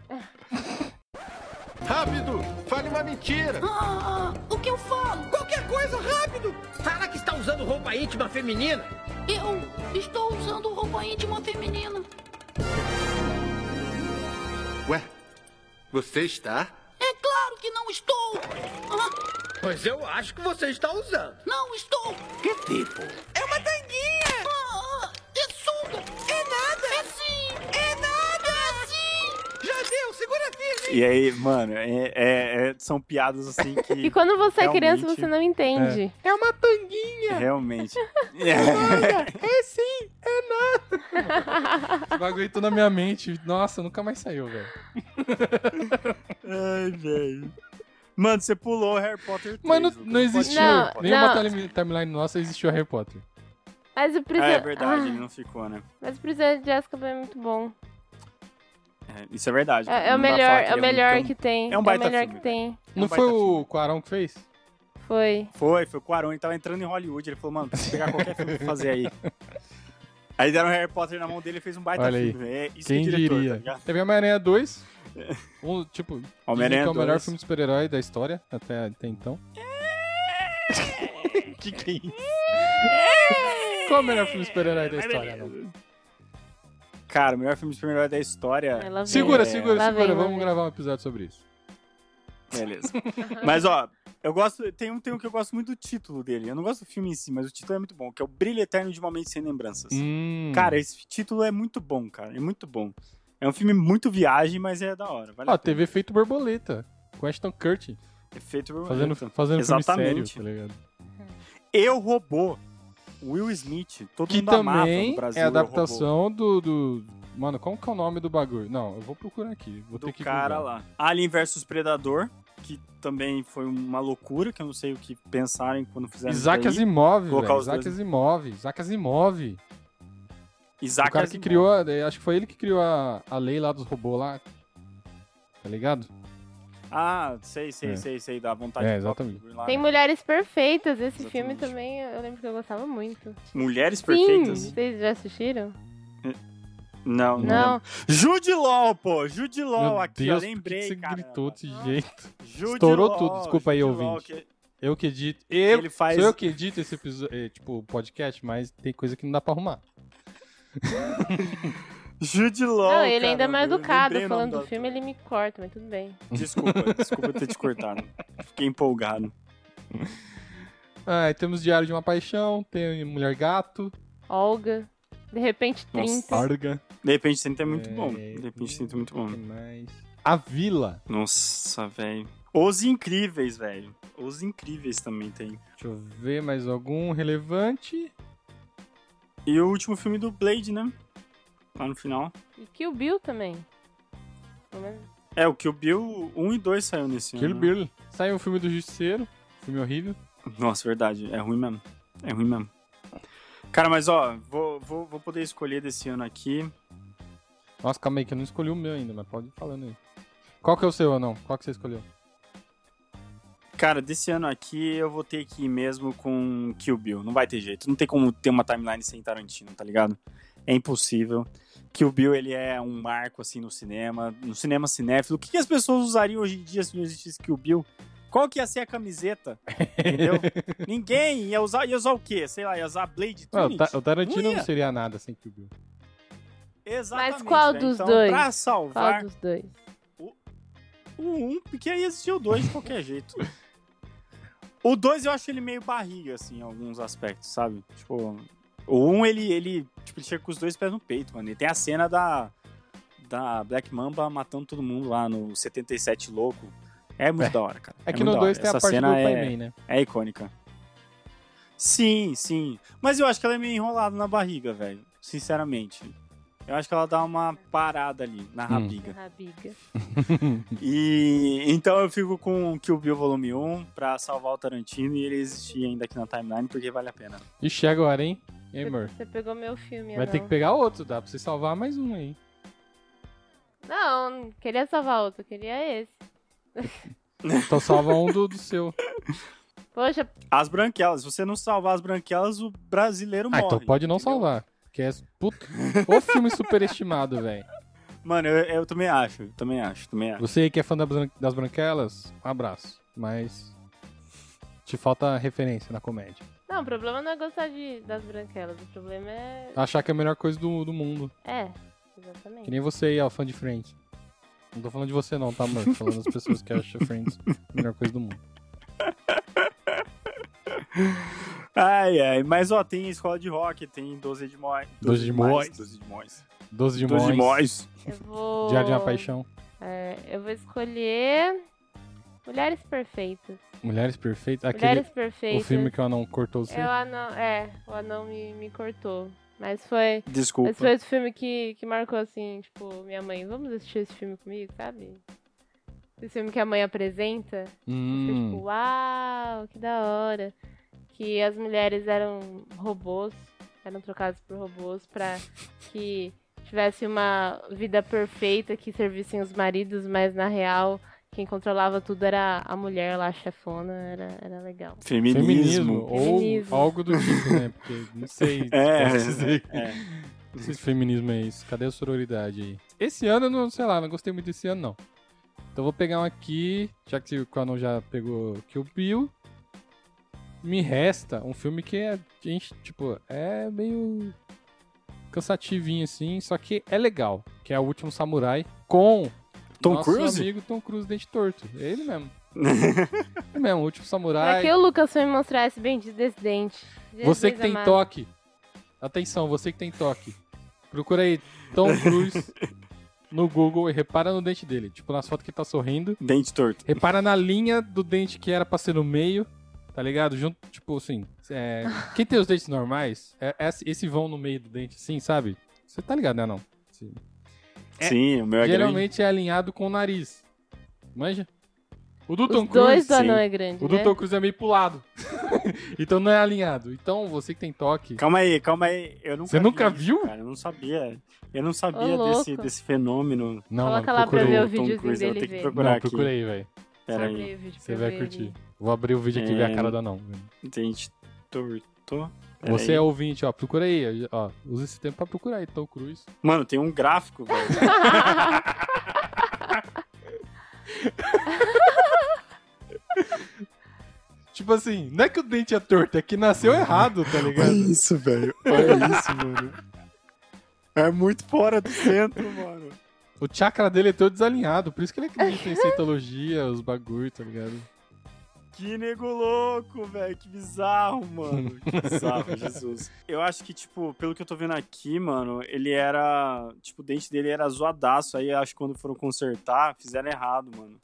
Speaker 1: Rápido! Fale uma mentira!
Speaker 7: Ah, o que eu falo?
Speaker 1: Qualquer coisa, rápido! Fala que está usando roupa íntima feminina!
Speaker 7: Eu estou usando roupa íntima feminina.
Speaker 1: Ué, você está?
Speaker 7: É claro que não estou! Ah,
Speaker 1: Pois eu acho que você está usando.
Speaker 7: não estou!
Speaker 1: Que tipo?
Speaker 7: É uma tanguinha! Ah, é sunga! É nada! É sim! É nada! É sim!
Speaker 1: Já deu, segura firme!
Speaker 4: e aí, mano, é- é- é- são piadas assim
Speaker 6: E
Speaker 4: que
Speaker 6: quando você é criança,
Speaker 4: Realmente.
Speaker 6: você não entende.
Speaker 5: é uma tanguinha!
Speaker 4: realmente.
Speaker 5: É sim, é nada! Esse bagulho entrou na minha mente. Nossa, nunca mais saiu, velho.
Speaker 4: Ai, velho. Mano, você pulou Harry Potter 3.
Speaker 5: Mas não,
Speaker 4: Lucas,
Speaker 5: não
Speaker 4: pode
Speaker 5: existiu.
Speaker 4: pular
Speaker 6: Não,
Speaker 4: Harry Potter.
Speaker 5: Nenhuma
Speaker 6: não.
Speaker 5: time- timeline nossa existiu Harry Potter.
Speaker 6: Mas o
Speaker 4: Ah, é
Speaker 6: Prisioneiro...
Speaker 4: verdade,
Speaker 6: Ah,
Speaker 4: ele não ficou, né?
Speaker 6: mas o Prisioneiro de Azkaban é muito bom.
Speaker 4: É, isso é verdade.
Speaker 6: É, é o
Speaker 4: não dá pra falar
Speaker 6: melhor,
Speaker 4: que
Speaker 6: é o
Speaker 4: ele muito
Speaker 6: melhor
Speaker 4: bom.
Speaker 6: que tem.
Speaker 4: É um baita
Speaker 6: o melhor
Speaker 4: filme,
Speaker 6: que
Speaker 4: É
Speaker 6: tem.
Speaker 4: um
Speaker 5: Não
Speaker 4: baita
Speaker 5: foi o
Speaker 4: filme.
Speaker 5: Quarão que fez?
Speaker 6: Foi.
Speaker 4: Foi, foi o Quaron, ele tava entrando em Hollywood. Ele falou, mano, preciso pegar qualquer filme pra fazer aí. Aí deram Harry Potter na mão dele e fez um baita
Speaker 5: Olha aí.
Speaker 4: filme. É, isso
Speaker 5: Quem
Speaker 4: que é diretor, tá
Speaker 5: diria?
Speaker 4: ligado?
Speaker 5: Teve Homem-Aranha 2. Um, tipo, dizem
Speaker 4: Homem-Aranha
Speaker 5: que é o melhor
Speaker 4: 2.
Speaker 5: filme de super-herói da história até, até então. que que é isso? Qual é o melhor filme de super-herói da história? não?
Speaker 4: Cara, o melhor filme de super-herói da história.
Speaker 6: Ela vem.
Speaker 5: Segura,
Speaker 4: É.
Speaker 5: segura,
Speaker 6: Lá
Speaker 5: segura.
Speaker 6: vem, lá
Speaker 5: Vamos
Speaker 6: vem.
Speaker 5: gravar um episódio sobre isso.
Speaker 4: Beleza. mas, ó, eu gosto. Tem um, tem um que eu gosto muito do título dele. Eu não gosto do filme em si, mas o título é muito bom, que é O Brilho Eterno de Uma Mente Sem Lembranças.
Speaker 5: Hum,
Speaker 4: Cara, esse título é muito bom, cara. É muito bom. É um filme muito viagem, mas é da hora. Vale
Speaker 5: ó,
Speaker 4: a pena.
Speaker 5: teve efeito borboleta. Com Ashton Kutcher.
Speaker 4: É feito por-
Speaker 5: Fazendo, fazendo filme sério,
Speaker 4: Exatamente.
Speaker 5: tá ligado?
Speaker 4: Eu Robô. Will Smith, todo
Speaker 5: Que
Speaker 4: mundo amava no
Speaker 5: também
Speaker 4: Brasil.
Speaker 5: é
Speaker 4: Eu, Robô.
Speaker 5: adaptação do, do... Mano, como que é o nome do bagulho? Não, eu vou procurar aqui. Vou ter
Speaker 4: do
Speaker 5: que
Speaker 4: cara
Speaker 5: googlar.
Speaker 4: lá. Alien versus Predador, que também foi uma loucura, que eu não sei o que pensaram quando fizeram
Speaker 5: Isaac
Speaker 4: né? isso daí.
Speaker 5: Asimov,
Speaker 4: Colocar
Speaker 5: velho.
Speaker 4: os
Speaker 5: Isaac
Speaker 4: dois.
Speaker 5: Asimov. Isaac Asimov.
Speaker 4: Isaac
Speaker 5: o cara que
Speaker 4: Asimov.
Speaker 5: criou, a- eh, acho que foi ele que criou a, a lei lá dos robôs lá. Tá ligado?
Speaker 4: Ah, sei, sei,
Speaker 5: É.
Speaker 4: sei, sei, dá vontade
Speaker 5: É,
Speaker 4: de pôr
Speaker 5: exatamente.
Speaker 4: o bagulho lá,
Speaker 6: Tem
Speaker 4: né?
Speaker 6: Mulheres Perfeitas. Esse
Speaker 4: Exatamente.
Speaker 6: filme também eu lembro que eu gostava muito.
Speaker 4: Mulheres
Speaker 6: Sim,
Speaker 4: Perfeitas?
Speaker 6: vocês já assistiram?
Speaker 4: Não, não.
Speaker 6: Não.
Speaker 4: Jude Law, pô, Jude Law
Speaker 5: Meu
Speaker 4: aqui,
Speaker 5: Deus,
Speaker 4: eu lembrei,
Speaker 5: por que que você
Speaker 4: caramba.
Speaker 5: gritou desse jeito?
Speaker 4: Jude
Speaker 5: Estourou
Speaker 4: Law,
Speaker 5: tudo, desculpa aí,
Speaker 4: Jude Law,
Speaker 5: ouvinte.
Speaker 4: que-
Speaker 5: Eu que edito. Eu,
Speaker 4: Ele faz-
Speaker 5: Sou eu que edito esse episódio, tipo, podcast, mas tem coisa que não dá pra arrumar.
Speaker 4: Jude Law,
Speaker 6: Não, ele ainda
Speaker 4: caramba,
Speaker 6: é mais
Speaker 4: eu
Speaker 6: educado.
Speaker 4: lembrei o nome
Speaker 6: Falando
Speaker 4: do
Speaker 6: do filme,
Speaker 4: ator.
Speaker 6: ele me corta, mas tudo bem.
Speaker 4: Desculpa, desculpa ter te cortado. Fiquei empolgado.
Speaker 5: Ah, e temos Diário de uma Paixão, tem Mulher Gato,
Speaker 6: Olga. De repente, 30.
Speaker 5: Arga.
Speaker 4: De repente sempre é muito
Speaker 5: É,
Speaker 4: bom. De repente sempre é muito bom.
Speaker 5: Mais... A Vila.
Speaker 4: Nossa, velho. Os Incríveis, velho. Os Incríveis também tem.
Speaker 5: Deixa eu ver mais algum relevante.
Speaker 4: E o último filme do Blade, né? Lá no final.
Speaker 6: E Kill Bill também. Pelo menos-
Speaker 4: É, o Kill Bill 1 e 2 saiu nesse
Speaker 5: Kill
Speaker 4: ano. né?
Speaker 5: Bill. Saiu o filme do Justiceiro, filme horrível.
Speaker 4: Nossa, verdade. É ruim mesmo. É ruim mesmo. Cara, mas ó, vou, vou, vou poder escolher desse ano aqui.
Speaker 5: Nossa, calma aí que eu não escolhi o meu ainda, mas pode ir falando aí. Qual que é o seu, Anão? Qual que você escolheu?
Speaker 4: Cara, desse ano aqui eu vou ter que ir mesmo com Kill Bill. Não vai ter jeito. Não tem como ter uma timeline sem Tarantino, tá ligado? É impossível. Kill Bill, ele é um marco, assim, no cinema. No cinema cinéfilo. O que, que as pessoas usariam hoje em dia se não existisse Kill Bill? Qual que ia ser a camiseta? Entendeu? Ninguém ia usar... Ia usar o quê? Sei lá, ia usar Blade
Speaker 5: Ué, o
Speaker 4: Trinity?
Speaker 5: Ta- o Tarantino
Speaker 4: Não
Speaker 5: não, tá-
Speaker 4: ia.
Speaker 5: seria nada sem Kill Bill.
Speaker 4: Exatamente.
Speaker 6: Mas qual
Speaker 4: né?
Speaker 6: dos
Speaker 4: Então,
Speaker 6: dois?
Speaker 4: Pra
Speaker 6: Qual
Speaker 4: salvar
Speaker 6: dos dois?
Speaker 4: o 1, porque aí existia o 2 de qualquer jeito. O 2 eu acho ele meio barriga, assim, em alguns aspectos, sabe? Tipo, o 1 ele, ele, tipo, ele chega com os dois pés no peito, mano. E tem a cena da, da Black Mamba matando todo mundo lá no 77 louco. É muito
Speaker 5: É.
Speaker 4: da hora, cara.
Speaker 5: É que
Speaker 4: muito
Speaker 5: no
Speaker 4: da hora.
Speaker 5: 2 tem a
Speaker 4: Essa
Speaker 5: parte do
Speaker 4: cena
Speaker 5: Pai
Speaker 4: é,
Speaker 5: Man, né?
Speaker 4: é icônica. Sim, sim. Mas eu acho que ela é meio enrolada na barriga, velho. Sinceramente. Eu acho que ela dá uma parada ali
Speaker 5: Hum.
Speaker 4: na rabiga.
Speaker 6: Rabiga.
Speaker 4: E então eu fico com Kill Bill Volume 1 pra salvar o Tarantino e ele existir ainda aqui na timeline porque vale a pena.
Speaker 5: Enxerga agora, hein? Ei, Mur.
Speaker 6: Você pegou meu filme,
Speaker 5: Vai
Speaker 6: não.
Speaker 5: ter que pegar outro, dá pra você salvar mais um aí.
Speaker 6: Não, não queria salvar outro, queria esse.
Speaker 5: Então salva um do, do seu.
Speaker 6: Poxa,
Speaker 4: As branquelas, se você não salvar as branquelas, o brasileiro
Speaker 5: Ah,
Speaker 4: morre.
Speaker 5: então pode não
Speaker 4: entendeu?
Speaker 5: salvar. Porque é puto... o filme superestimado, velho.
Speaker 4: Mano, eu, eu também acho, eu também acho, também acho.
Speaker 5: Você que é fã da Bran- das branquelas, um abraço. Mas. Te falta referência na comédia.
Speaker 6: não, o problema não é gostar de, das branquelas, o problema é.
Speaker 5: Achar que é a melhor coisa do, do mundo.
Speaker 6: É,
Speaker 5: Que
Speaker 6: exatamente.
Speaker 5: nem você aí, ó, fã de Friends. Não tô falando de você não, tá, mano? Tô falando das pessoas que acham Friends a melhor coisa do mundo.
Speaker 4: Ai, ai, mas ó, tem escola de rock, tem 12 de Mois.
Speaker 5: 12 de Mois.
Speaker 4: 12 de Mois.
Speaker 5: Doze de
Speaker 4: 12 de
Speaker 5: Mons,
Speaker 4: Mois.
Speaker 6: Eu vou.
Speaker 5: Diário de uma Paixão,
Speaker 6: É, eu vou escolher. Mulheres Perfeitas.
Speaker 5: Mulheres Perfeitas, aquele
Speaker 6: Mulheres Perfeitas.
Speaker 5: o filme que o anão cortou o
Speaker 6: É,
Speaker 5: circo.
Speaker 6: o anão, é, o anão me, me cortou. Mas foi.
Speaker 4: Desculpa.
Speaker 6: Esse foi esse filme que, que marcou assim, tipo, minha mãe, vamos assistir esse filme comigo, sabe? Esse filme que a mãe apresenta. Foi tipo,
Speaker 5: Hum,
Speaker 6: uau, que da hora. Que as mulheres eram robôs, eram trocadas por robôs pra que tivesse uma vida perfeita, que servissem os maridos, mas na real, quem controlava tudo era a mulher lá, a chefona, era, era legal.
Speaker 4: Feminismo.
Speaker 5: feminismo, ou
Speaker 6: Feminismo.
Speaker 5: algo do tipo, né? Porque não sei.
Speaker 4: É,
Speaker 5: posso dizer.
Speaker 4: é.
Speaker 5: Não sei se feminismo é isso. Cadê a sororidade aí? Esse ano eu não, sei lá, não gostei muito desse ano, não. Então vou pegar um aqui, já que o Conan já pegou Kill Bill. Me resta um filme que é, gente, tipo, é meio cansativinho assim, só que é legal, que é o Último Samurai com
Speaker 4: Tom
Speaker 5: nosso
Speaker 4: Cruise?
Speaker 5: amigo Tom Cruise Dente Torto. É ele mesmo. ele mesmo, o Último
Speaker 6: Pra
Speaker 5: Samurai.
Speaker 6: que o Lucas foi me mostrar esse bendito desse dente?
Speaker 5: Você
Speaker 6: Jesus
Speaker 5: que tem
Speaker 6: amado.
Speaker 5: toque. Atenção, você que tem toque. Procura aí Tom Cruise no Google e repara no dente dele. Tipo, nas fotos que ele tá sorrindo.
Speaker 4: Dente torto.
Speaker 5: Repara na linha do dente que era pra ser no meio. Tá ligado? Junto, tipo assim. é, Quem tem os dentes normais, é, esse- esse vão no meio do dente, assim, sabe? Você tá ligado, né? Não. Sim. É,
Speaker 4: Sim, o meu é grande.
Speaker 5: Geralmente é alinhado com o nariz. Manja? O do Tom
Speaker 6: Os dois
Speaker 5: Cruise.
Speaker 6: do anão
Speaker 4: sim.
Speaker 6: é grande,
Speaker 5: O
Speaker 6: né?
Speaker 5: do Tom Cruise é meio pulado. então não é alinhado. Então você que tem toque.
Speaker 4: Calma aí, calma aí. Eu nunca
Speaker 5: Você nunca
Speaker 4: vi isso,
Speaker 5: viu?
Speaker 4: Cara, eu não sabia. Eu não sabia
Speaker 6: Ô,
Speaker 4: desse,
Speaker 6: louco.
Speaker 4: desse fenômeno.
Speaker 5: Não,
Speaker 6: Coloca
Speaker 5: mano,
Speaker 6: lá pra
Speaker 5: procura
Speaker 6: eu ver o
Speaker 5: aí.
Speaker 4: Tom
Speaker 6: videozinho
Speaker 4: Cruise, eu
Speaker 6: dele
Speaker 4: tenho que
Speaker 6: ver.
Speaker 4: procurar
Speaker 5: Não,
Speaker 4: aqui.
Speaker 5: procura aí, velho.
Speaker 4: Pera
Speaker 6: Abre
Speaker 4: aí.
Speaker 6: o vídeo pra
Speaker 5: Você
Speaker 6: eu
Speaker 5: vai
Speaker 6: ver
Speaker 5: curtir.
Speaker 6: ele.
Speaker 5: Vou abrir o vídeo aqui e ver a cara do anão.
Speaker 4: Dente torto. É, Pera
Speaker 5: Você
Speaker 4: aí.
Speaker 5: é ouvinte, ó. Procura aí, ó. Usa esse tempo pra procurar aí, Tom Cruise.
Speaker 4: Mano, tem um gráfico, velho.
Speaker 5: Tipo assim, não é que o dente é torto, é que nasceu errado, tá
Speaker 2: É
Speaker 5: ligado?
Speaker 2: isso, velho. É isso, mano.
Speaker 4: é muito fora do centro, mano.
Speaker 5: O chakra dele é todo desalinhado, por isso que ele acredita em cientologia, os bagulho, tá ligado?
Speaker 4: Que nego louco, velho. Que bizarro, mano. Que bizarro, Jesus. Eu acho que, tipo, pelo que eu tô vendo aqui, mano, ele era. Tipo, o dente dele era zoadaço. Aí eu acho que quando foram consertar, fizeram errado, mano.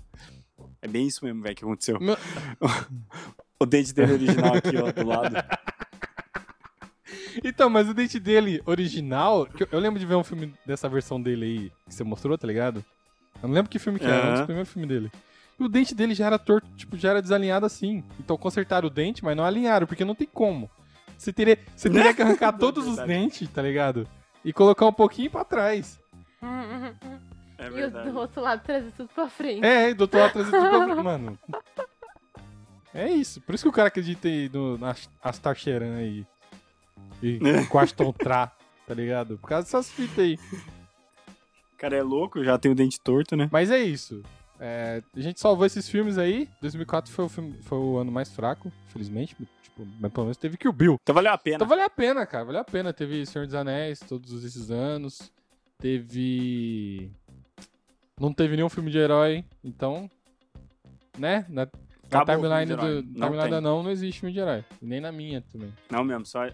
Speaker 4: É bem isso mesmo, velho, que aconteceu.
Speaker 5: Meu-
Speaker 4: o dente dele original aqui, ó, do lado.
Speaker 5: Então, mas o dente dele original, que eu, eu lembro de ver um filme dessa versão dele aí que você mostrou, tá ligado? Eu não lembro que filme que era,
Speaker 4: Aham.
Speaker 5: um dos primeiros filmes dele. E o dente dele já era torto, tipo, já era desalinhado assim. Então consertaram o dente, mas não alinharam, porque não tem como. Você teria, você teria que arrancar todos os
Speaker 4: Verdade.
Speaker 5: dentes, tá ligado? E colocar um pouquinho pra trás.
Speaker 4: É
Speaker 6: E o do
Speaker 4: verdade.
Speaker 6: outro lado trazer tudo pra frente.
Speaker 5: É, e do outro lado trazer tudo pra frente. Mano. É isso. Por isso que o cara acredita aí no, na Astar Cheran aí. né, E
Speaker 4: É.
Speaker 5: com Aston Tra, tá ligado? Por causa dessas fitas aí.
Speaker 4: O cara é louco, já tem o dente torto, né?
Speaker 5: Mas é isso. É, a gente salvou esses filmes aí. 2004 foi o, filme- foi o ano mais fraco, felizmente. Tipo, mas pelo menos teve Kill Bill.
Speaker 4: Então valeu a pena.
Speaker 5: Então valeu a pena, cara. Valeu a pena. Teve Senhor dos Anéis todos esses anos. Teve. Não teve nenhum filme de herói. Então. Né? Na, na
Speaker 4: Acabou o filme de
Speaker 5: timeline
Speaker 4: herói.
Speaker 5: do.
Speaker 4: Não
Speaker 5: Não timeline
Speaker 4: tem.
Speaker 5: da não, não existe filme de herói. E nem na minha também.
Speaker 4: Não mesmo, só,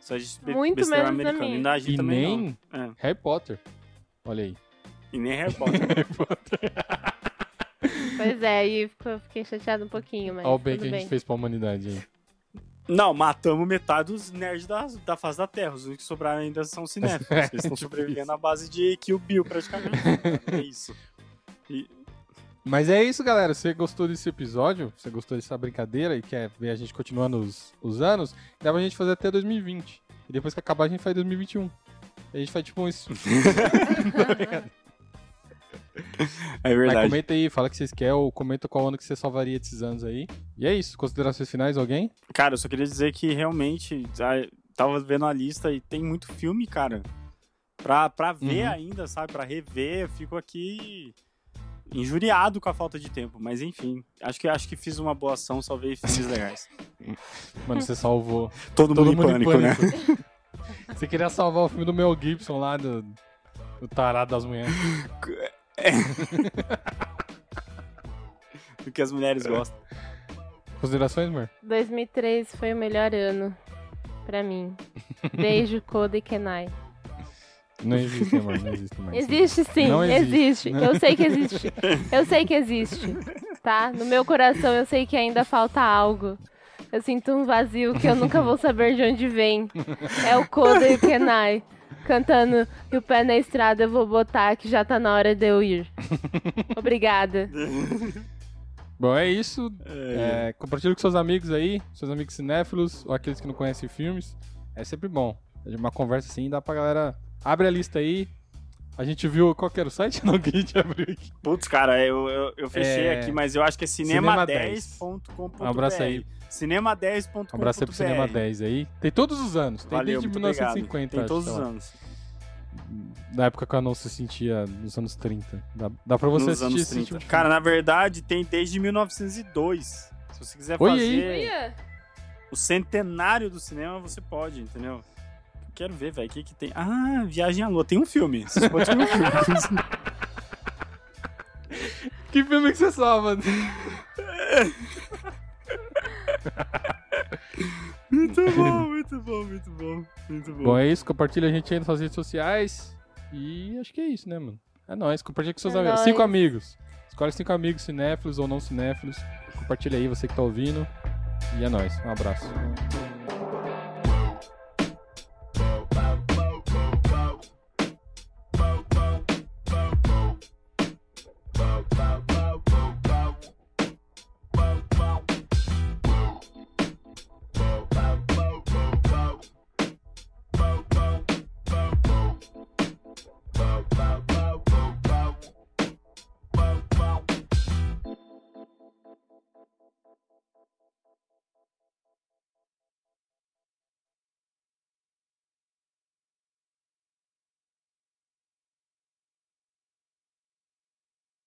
Speaker 4: só de be-
Speaker 6: Muito
Speaker 4: besteira
Speaker 6: menos na
Speaker 4: americana.
Speaker 6: minha.
Speaker 4: E na gente
Speaker 5: E
Speaker 4: também
Speaker 5: nem
Speaker 4: não. É.
Speaker 5: Harry Potter. Olha aí.
Speaker 4: E nem Harry Potter.
Speaker 6: Pois é, e fico- fiquei chateado um pouquinho, mas
Speaker 5: Olha o
Speaker 6: É, tudo
Speaker 5: bem que a gente
Speaker 6: bem.
Speaker 5: fez pra humanidade aí.
Speaker 4: Não, matamos metade dos nerds da, da face da Terra. Os únicos que sobraram ainda são cinéfilos. Eles estão sobrevivendo à base de Kill Bill, praticamente. é isso. E,
Speaker 5: Mas é isso, galera. Se você gostou desse episódio, se você gostou dessa brincadeira e quer ver a gente continuando os, os anos, dá pra gente fazer até 2020. E depois que acabar, a gente faz 2021. A gente faz tipo um. es-
Speaker 4: é
Speaker 5: Mas
Speaker 4: verdade.
Speaker 5: comenta aí, fala o que vocês querem, ou comenta qual ano que você salvaria desses anos aí. E é isso. Considerações finais, alguém?
Speaker 4: é- Cara, eu só queria dizer que realmente ah, tava vendo a lista e tem muito filme, cara. Pra, pra ver
Speaker 5: Uhum.
Speaker 4: ainda, sabe? Pra rever, eu fico aqui injuriado com a falta de tempo. Mas enfim, acho que, acho que fiz uma boa ação, salvei filmes legais.
Speaker 5: Mano, você salvou.
Speaker 4: Todo,
Speaker 5: Todo
Speaker 4: mundo, em pânico, né?
Speaker 5: né? Você queria salvar o filme do Mel Gibson lá do, do Tarado das Manhãs.
Speaker 4: Do que as
Speaker 5: É.
Speaker 4: mulheres gostam.
Speaker 5: Considerações, amor?
Speaker 6: 2003 foi o melhor ano pra mim. Desde o Code Kenai.
Speaker 5: Não existe, amor. Não existe mais.
Speaker 6: Existe sim,
Speaker 5: Não existe,
Speaker 6: existe.
Speaker 5: né?
Speaker 6: Eu sei que existe. Eu sei que existe. Tá? No meu coração eu sei que ainda falta algo. Eu sinto um vazio que eu nunca vou saber de onde vem. É o Koda e o Kenai cantando e o pé na estrada eu vou botar que já tá na hora de eu ir. Obrigada.
Speaker 5: Bom, é isso.
Speaker 4: É.
Speaker 5: É, compartilha com seus amigos aí, seus amigos cinéfilos ou aqueles que não conhecem filmes. É sempre bom. É Uma conversa assim dá pra galera. Abre a lista aí. A gente viu qual que era o site não, que a gente abriu aqui.
Speaker 4: Putz, cara, eu, eu, eu fechei
Speaker 5: É.
Speaker 4: aqui, mas eu acho que é
Speaker 5: Cinema 10.
Speaker 4: cinema10.com.br.
Speaker 5: Um abraço aí.
Speaker 4: Cinema10.com.br.
Speaker 5: Um abraço aí pro Cinema 10 aí. Tem todos os anos. Tem
Speaker 4: Valeu,
Speaker 5: desde
Speaker 4: muito
Speaker 5: 1950.
Speaker 4: obrigado. Tem
Speaker 5: acho,
Speaker 4: todos
Speaker 5: sei
Speaker 4: os
Speaker 5: lá.
Speaker 4: anos.
Speaker 5: Da época que eu não se sentia nos anos 30. Dá, dá pra você
Speaker 4: nos
Speaker 5: assistir
Speaker 4: anos
Speaker 5: esse
Speaker 4: 30.
Speaker 5: tipo de
Speaker 4: Cara, na verdade, tem desde 1902. Se você quiser
Speaker 5: Oi,
Speaker 4: fazer o centenário do cinema, você pode, entendeu? Quero ver, velho, o que que tem. Ah, Viagem à Lua. Tem um filme. Vocês podem ter um filme.
Speaker 5: filme. Que filme que você salva?
Speaker 4: muito bom, muito bom, muito bom. Muito bom.
Speaker 5: Bom, é isso. Compartilha a gente aí nas suas redes sociais. E acho que é isso, né, mano? É nóis. Compartilha com seus
Speaker 6: É
Speaker 5: amigos.
Speaker 6: nóis.
Speaker 5: Cinco amigos. Escolhe cinco amigos, cinéfilos ou não cinéfilos. Compartilha aí, você que tá ouvindo. E é nóis. Um abraço.